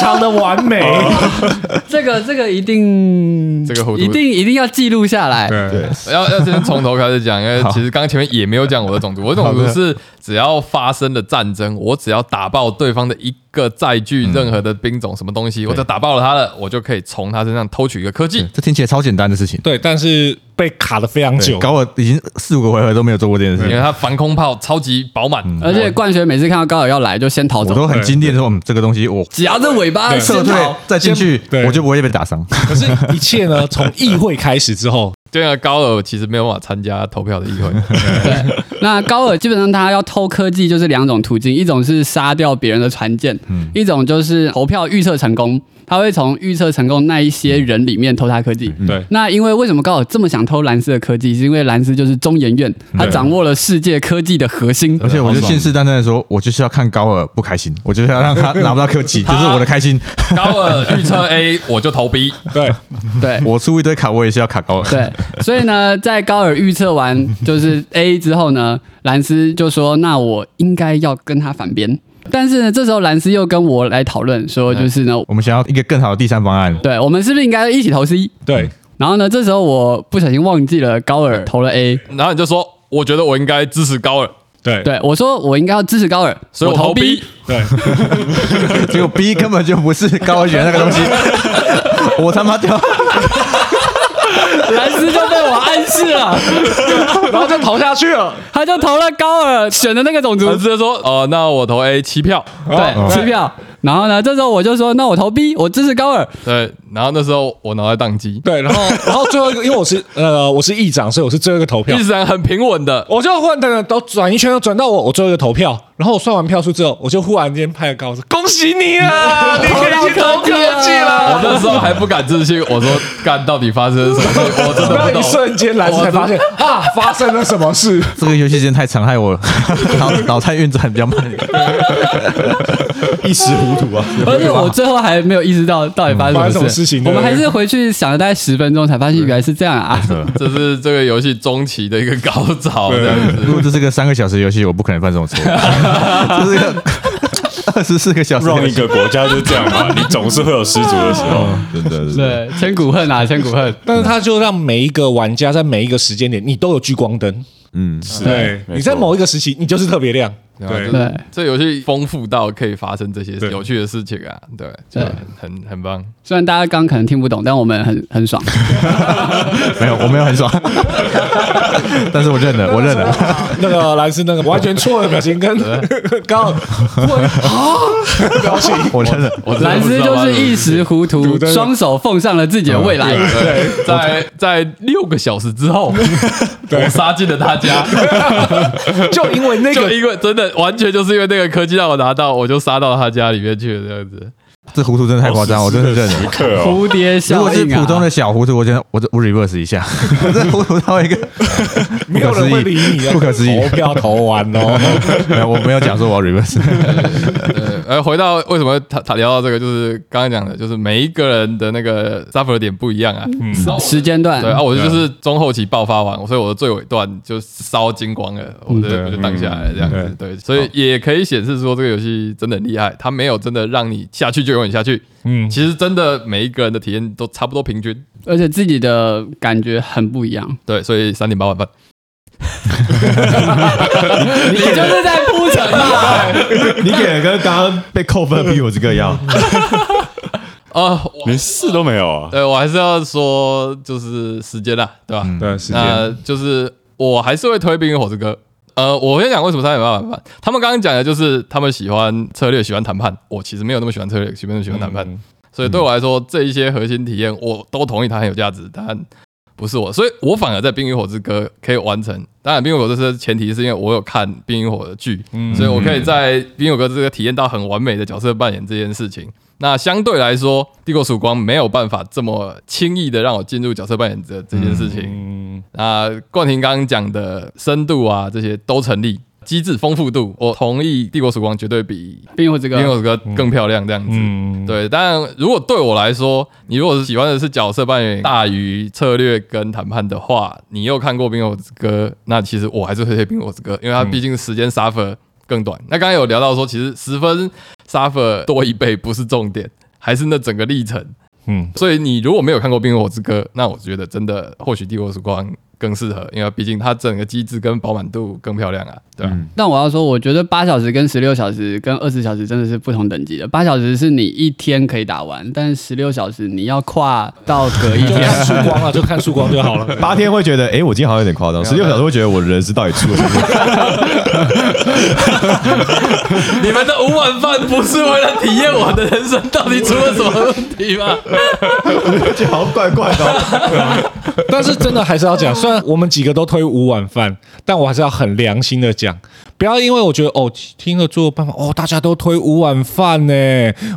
S1: 常的完 美。
S2: 哦
S3: 这个这个一定，
S2: 这个糊涂
S3: 一定一定要记录下来。
S8: 对，
S2: 要要先从头开始讲，因为其实刚刚前面也没有讲我的种族，我的种族是只要发生了战争，我只要打爆对方的一个载具、任何的兵种、什么东西，我只要打爆了他了，我就可以从他身上偷取一个科技。
S7: 这听起来超简单的事情，
S1: 对，但是被卡的非常久。
S7: 搞我已经四五个回合都没有做过这件事
S2: 因为
S7: 情，
S2: 他防空炮超级饱满，
S3: 而且冠学每次看到高尔要来，就先逃
S7: 我
S3: 走
S7: 都，很经典说，嗯，这个东西我
S3: 夹着尾巴
S7: 撤
S3: 先
S7: 退
S3: 逃。
S7: 再进去，
S8: 对
S7: 我就不会被打伤。
S1: 可是，一切呢，从议会开始之后，
S2: 就像高尔其实没有办法参加投票的议 会，
S3: 那高尔基本上他要偷科技就是两种途径，一种是杀掉别人的船舰，
S7: 嗯
S3: 一种就是投票预测成功，他会从预测成功那一些人里面偷他科
S7: 嗯
S2: 嗯
S3: 技。
S8: 对
S3: 那因为为什么高尔这么想偷蓝斯的科技，是因为蓝斯就是中研院，他掌握了世界科技的核心
S7: 啊而。且我就信誓旦旦的说，我就是要看高尔不开心，我就是要让他拿不到科技，这是我的开心。
S2: 高尔预测 A 我就投 B，
S8: 对，
S3: 对
S7: 我出一堆卡，我也是要卡高尔。
S3: 对，所以呢，在高尔预测完就是 A 之后呢，兰斯就说：“那我应该要跟他反边。”但是呢，这时候兰斯又跟我来讨论说，就是呢，
S7: 我们想要一个更好的第三方案，
S3: 对我们是不是应该一起投 C？
S8: 对，
S3: 然后呢，这时候我不小心忘记了高尔投了 A，
S2: 然后你就说，我觉得我应该支持高尔，
S8: 对，
S3: 对我说我应该要支持高尔，
S2: 所以我投
S3: 投
S2: B。
S8: 对，
S7: 结果 B 根本就不是高尔选的那个东西， 我他妈掉！
S3: 兰斯就被我暗示了， 然后就投下去了，他就投了高尔选的那个种族
S2: 直，接说，呃，那我投 A 七票，
S3: 哦对，七票。然后呢，这时候我就说，那我投 B，我支持高 尔。
S2: 对，然后那时候我脑袋宕机，
S1: 对，然后然后最后一个，因为我是呃我是议长，所以我是最后一个投票
S2: 一。然很平稳的，
S1: 我就忽然等等都转一圈，都转到我，我最后一个投票，然后我算完票数之后，我就忽然间拍个高手，恭喜你啊，你可以啊去投科技了。
S2: 我那时候还不敢置信，我说干到底发生了什么事？ 我真的
S1: 然后
S2: 不
S1: 一
S2: 懂。
S1: 瞬间来才发现啊，发生了什么事？
S7: 这个游戏时间太残害我了， 脑脑袋运转比较慢。
S4: 一时糊涂啊。
S3: 而且我最后还没有意识到到底嗯发
S1: 发生
S3: 生什
S1: 什
S3: 么
S1: 么
S3: 事。
S1: 事情？
S3: 我们
S1: 对
S3: 还是回去想了大概十分钟，才发现原来是这样啊！
S2: 这是这个游戏中期的一个高潮，这样子。
S7: 如果这是个三个小时的游戏，我不可能犯这种错误。 这是个 二十四个小时的游
S5: 让
S7: 戏
S5: 一个国家就这样 嘛，你总是会有失足的时候。
S4: 真的，真 的，
S3: 对，千古恨啊，千古恨。
S1: 但是他就让每一个玩家在每一个时间点，你都有聚光灯。
S4: 嗯，
S1: 对，
S5: 没错
S1: 你在某一个时期，你就是特别 亮。
S2: 对
S3: 对
S2: 这游戏丰富到可以发生这些
S1: 对
S2: 有趣的事情啊，对，
S3: 对
S2: 很很很棒。
S3: 虽然大家刚可能听不懂，但我们很很爽。
S7: 没有，我没有很 爽，但是我认了，我认了。
S1: 那个蓝斯那个完全错的表情跟 刚
S7: 表情，我认了。
S2: 我真的
S3: 蓝
S2: 不知
S3: 斯
S2: 道
S3: 就是
S2: 发生什么
S3: 一
S2: 事
S3: 时糊涂，
S1: 对
S3: 双手奉上了自己的
S2: 嗯
S3: 未来。
S2: 对，在在六个小时之后，我杀进了他家，
S1: 就因为那
S2: 就
S1: 个
S2: 因为真的完全就是因为那个科技让我拿到，我就杀到他家里面去了这样子。
S7: 这糊涂真的太夸张，我真的认
S5: 时
S7: 了。
S5: 刻哦，
S3: 蝴蝶
S7: 如
S3: 效
S7: 果是
S3: 应啊！
S7: 普通的小糊涂，我觉得我这我 reverse 一下，我 这糊涂到一个
S1: 没有人会理你的，
S7: 不可思议
S1: 投票投完哦，
S7: 没有，我没有讲说我要 reverse，
S2: 对，呃，回到为什么他他聊到这个，就是刚刚讲的，就是每一个人的那个 suffer 的点不一样啊。
S3: 时间段
S2: 对啊，我就是中后期爆发完，所以我的最尾段就烧精光了，我的我就荡下来这样子。嗯对，所以也可以显示说这个游戏真的很厉害，它没有真的让你下去就永远下去。嗯，其实真的每一个人的体验都差不多平均。
S3: 而且自己的感觉很不一 样。
S2: 对，所以三点八万分。
S3: 你就是在铺陈嘛？
S4: 你给的跟刚刚被扣分的比我这个要，
S2: 啊，我
S5: 连事都没有啊。
S2: 呃对我还是要说，就是时间啦，对吧？
S1: 对，时间
S2: 那就是我还是会推《冰与火之歌》。呃，我先讲为什么三点八晚饭。他们刚刚讲的就是他们喜欢策略，喜欢谈判。我其实没有那么喜欢策略，喜没有那么喜欢谈判，
S1: 嗯
S2: 所以对我来说，这一些核心体验我都同意它很有价值，但不是我，所以我反而在《冰与火之歌》可以完成。当然，《冰与火之歌》前提是因为我有看《冰与火》的剧，
S1: 嗯
S2: 所以我可以在《冰与火之歌》体验到很完美的角色扮演这件事情。那相对来说，《帝国曙光》没有办法这么轻易的让我进入角色扮演者这件事
S1: 嗯
S2: 情。那冠廷刚刚讲的深度啊，这些都成立，机制丰富度，我同意《帝国曙光》绝对比
S3: 冰火这
S2: 《冰与
S3: 个嗯
S2: 火之歌》更漂亮这样子。对，但如果对我来说，你如果是喜欢的是角色扮演大于策略跟谈判的话，你又看过《冰与火之歌》，那其实我还是会推《冰与火之歌》，因为它毕竟时间 suffer 更短。那刚刚有聊到说，其实十分 suffer 多一倍不是重点，还是那整个历程。
S1: 嗯，
S2: 所以你如果没有看过《冰与火之歌》，那我觉得真的或许《帝国曙光》更适合，因为毕竟它整个机制跟饱满度更漂亮啊，对吧、
S3: 但我要说，我觉得八小时跟十六小时跟二十小时真的是不同等级的。八小时是你一天可以打完，但十六小时你要跨到隔一
S1: 就
S3: 天。
S1: 看曙光了，啊就看曙光就好了。
S4: 八天会觉得，哎，我今天好像有点夸张；十六小时会觉得我人是到底出了什么？
S2: 你们的五碗饭不是为了体验我的人生到底出了什么问题吗？
S4: 就好像怪怪的哦。
S1: 但是真的还是要讲，虽然我们几个都推五碗饭，但我还是要很良心的讲，不要因为我觉得哦听了做办法哦，大家都推五碗饭呢，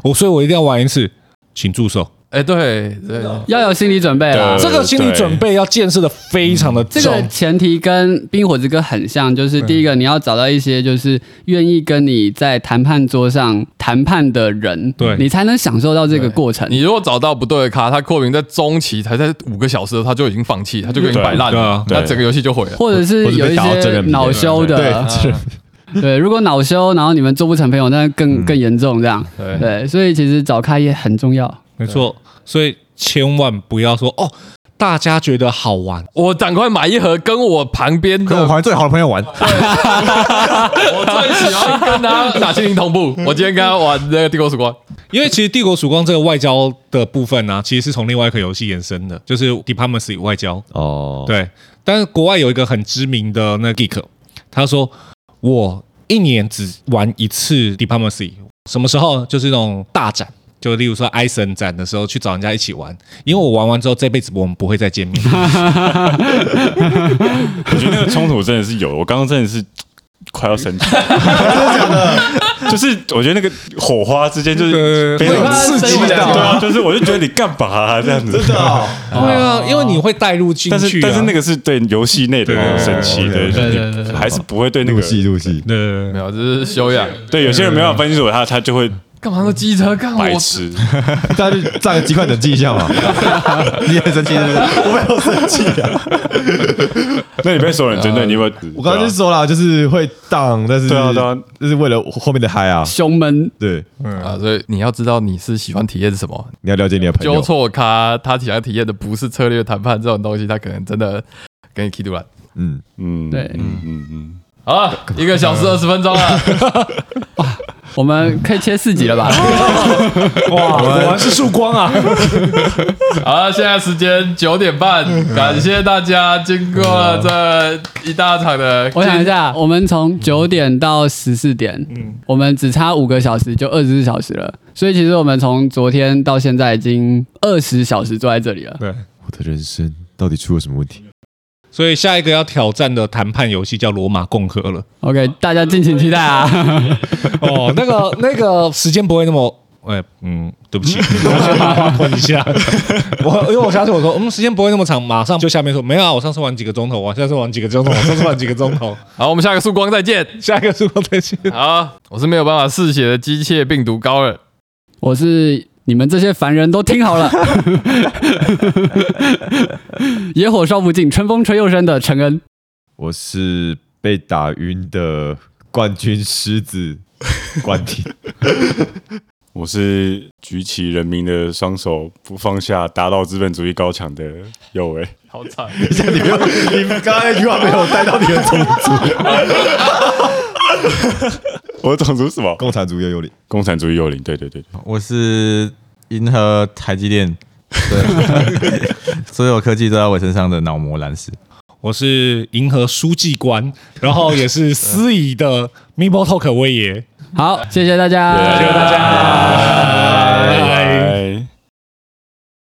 S1: 我所以我一定要玩一次，请住手。
S2: 哎、对对，
S3: 要有心理准备啦
S5: 对。
S1: 这个心理准备要建设的非常的
S3: 这
S1: 重，
S3: 个前提跟《冰火之歌》很像，就是第一个你要找到一些就是愿意跟你在谈判桌上谈判的人，
S1: 对
S3: 你才能享受到这个过程。
S2: 你如果找到不对的咖，他扩名在中期才在五个小时，他就已经放弃，他就给你摆烂
S1: 对
S2: 了
S1: 啊，
S2: 那
S5: 对
S2: 整个游戏就毁了。
S3: 或者是有一些恼羞的，啊对，如果恼羞，然后你们做不成朋友，那更更严重这样。
S2: 嗯对
S3: 对，所以其实找开也很重 要。
S1: 没错，所以千万不要说哦，大家觉得好玩，
S2: 我赶快买一盒，跟我旁边
S7: 跟
S2: 的
S7: 我旁边最好的朋友玩，
S2: 我最
S1: 啊
S2: 喜欢跟他打心灵 同步。我今天跟他玩那个帝国曙光，
S1: 因为其实《帝国曙光》这个外交的部分呢、其实是从另外一个游戏延伸的，就是《Diplomacy》外交。
S4: 哦，
S1: 对，但是国外有一个很知名的那个 geek，他说我一年只玩一次 Diplomacy，什么时候？就是那种大展，就例如说埃森展的时候去找人家一起玩，因为我玩完之后这辈子我们不会再见
S5: 哦
S1: 面。
S5: 我觉得那个冲突真的是有，我刚刚真的是快要 生气，真的假的？就是我觉得那个火花之间就是
S1: 对
S5: 非常
S2: 刺激的
S5: 对啊，就是我就觉得你干嘛啊这样子，
S1: 对啊，因为你会带入进去、啊
S5: 但是但是那个是对游戏内的那种生气，
S4: 对对
S5: 对，就是
S2: 对对
S5: 你还是不会对那
S4: 入
S5: 个
S4: 戏入戏，
S2: 没有，这是修养。
S5: 对有些人没办法分清楚他，他就会
S2: 干嘛用机车干我
S5: 白？痴。
S4: 大家就炸个鸡块等记一下 嘛。
S7: 你很生气是不是？
S5: 啊那你被所有人针对，你有啊没有？
S4: 我刚刚就说了，就是会荡，但是
S5: 对啊对啊，
S4: 就是为了后面的嗨啊。
S3: 胸闷，
S4: 对，
S1: 嗯
S2: 啊，所以你要知道你是喜欢体验什么。
S1: 哎
S4: 你要了解你的朋
S2: 纠
S4: 友。
S2: 错咖，他想要体验的不是策略谈判这种东西，他可能真的给你 key 出来。
S4: 嗯，
S5: 嗯，
S3: 对
S5: 嗯嗯嗯，
S2: 好啊，一个小时二十分钟 了，
S3: 我们可以切四集 了吧？
S8: 哇，果然是曙光啊！
S2: 好了，现在时间九点半，感谢大家经过了这一大场的，
S3: 我想一，下，我们从九点到十四点，嗯，我们只差五个小时就二十四小时了，所以其实我们从昨天到现在已经二十小时坐在这里了。
S4: 我的人生到底出了什么问题？
S1: 所以下一个要挑战的谈判游戏叫罗马共和了。
S3: OK，大家敬请期待啊！
S1: 哦，那个那个时间不会那么。 哎、嗯，对 不起，问一下， 我因为我相信我说，嗯，时间不会那么长，马上就下面说没有啊，我上次玩几个钟头，我上次玩几个 钟头，我上次玩几个钟头，
S2: 好，我们下个曙光再见。
S1: 下一个是我再见。
S2: 好，我是没有办法嗜血的机械病毒高人，
S3: 我是你们这些凡人都听好 了，野火烧不尽，春风吹又生的陈恩。
S4: 我是被打晕的冠军狮子冠廷。
S5: 我是举起人民的双手不放下，打倒资本主义高墙的右为。
S2: 好 惨，
S4: 你没有，你刚刚那句话没有带到你的种族，
S5: 我的种族是什么？
S4: 共产主义的幽灵。
S5: 共产主义幽灵。对对对，对
S7: 我是银河台积电，对， 所有科技都在我身上的脑膜蓝石。
S1: 我是银河书记官，然后也是司仪的 m e e p l e Talk 威爷。
S3: 好，谢谢大家，
S5: 谢谢大家。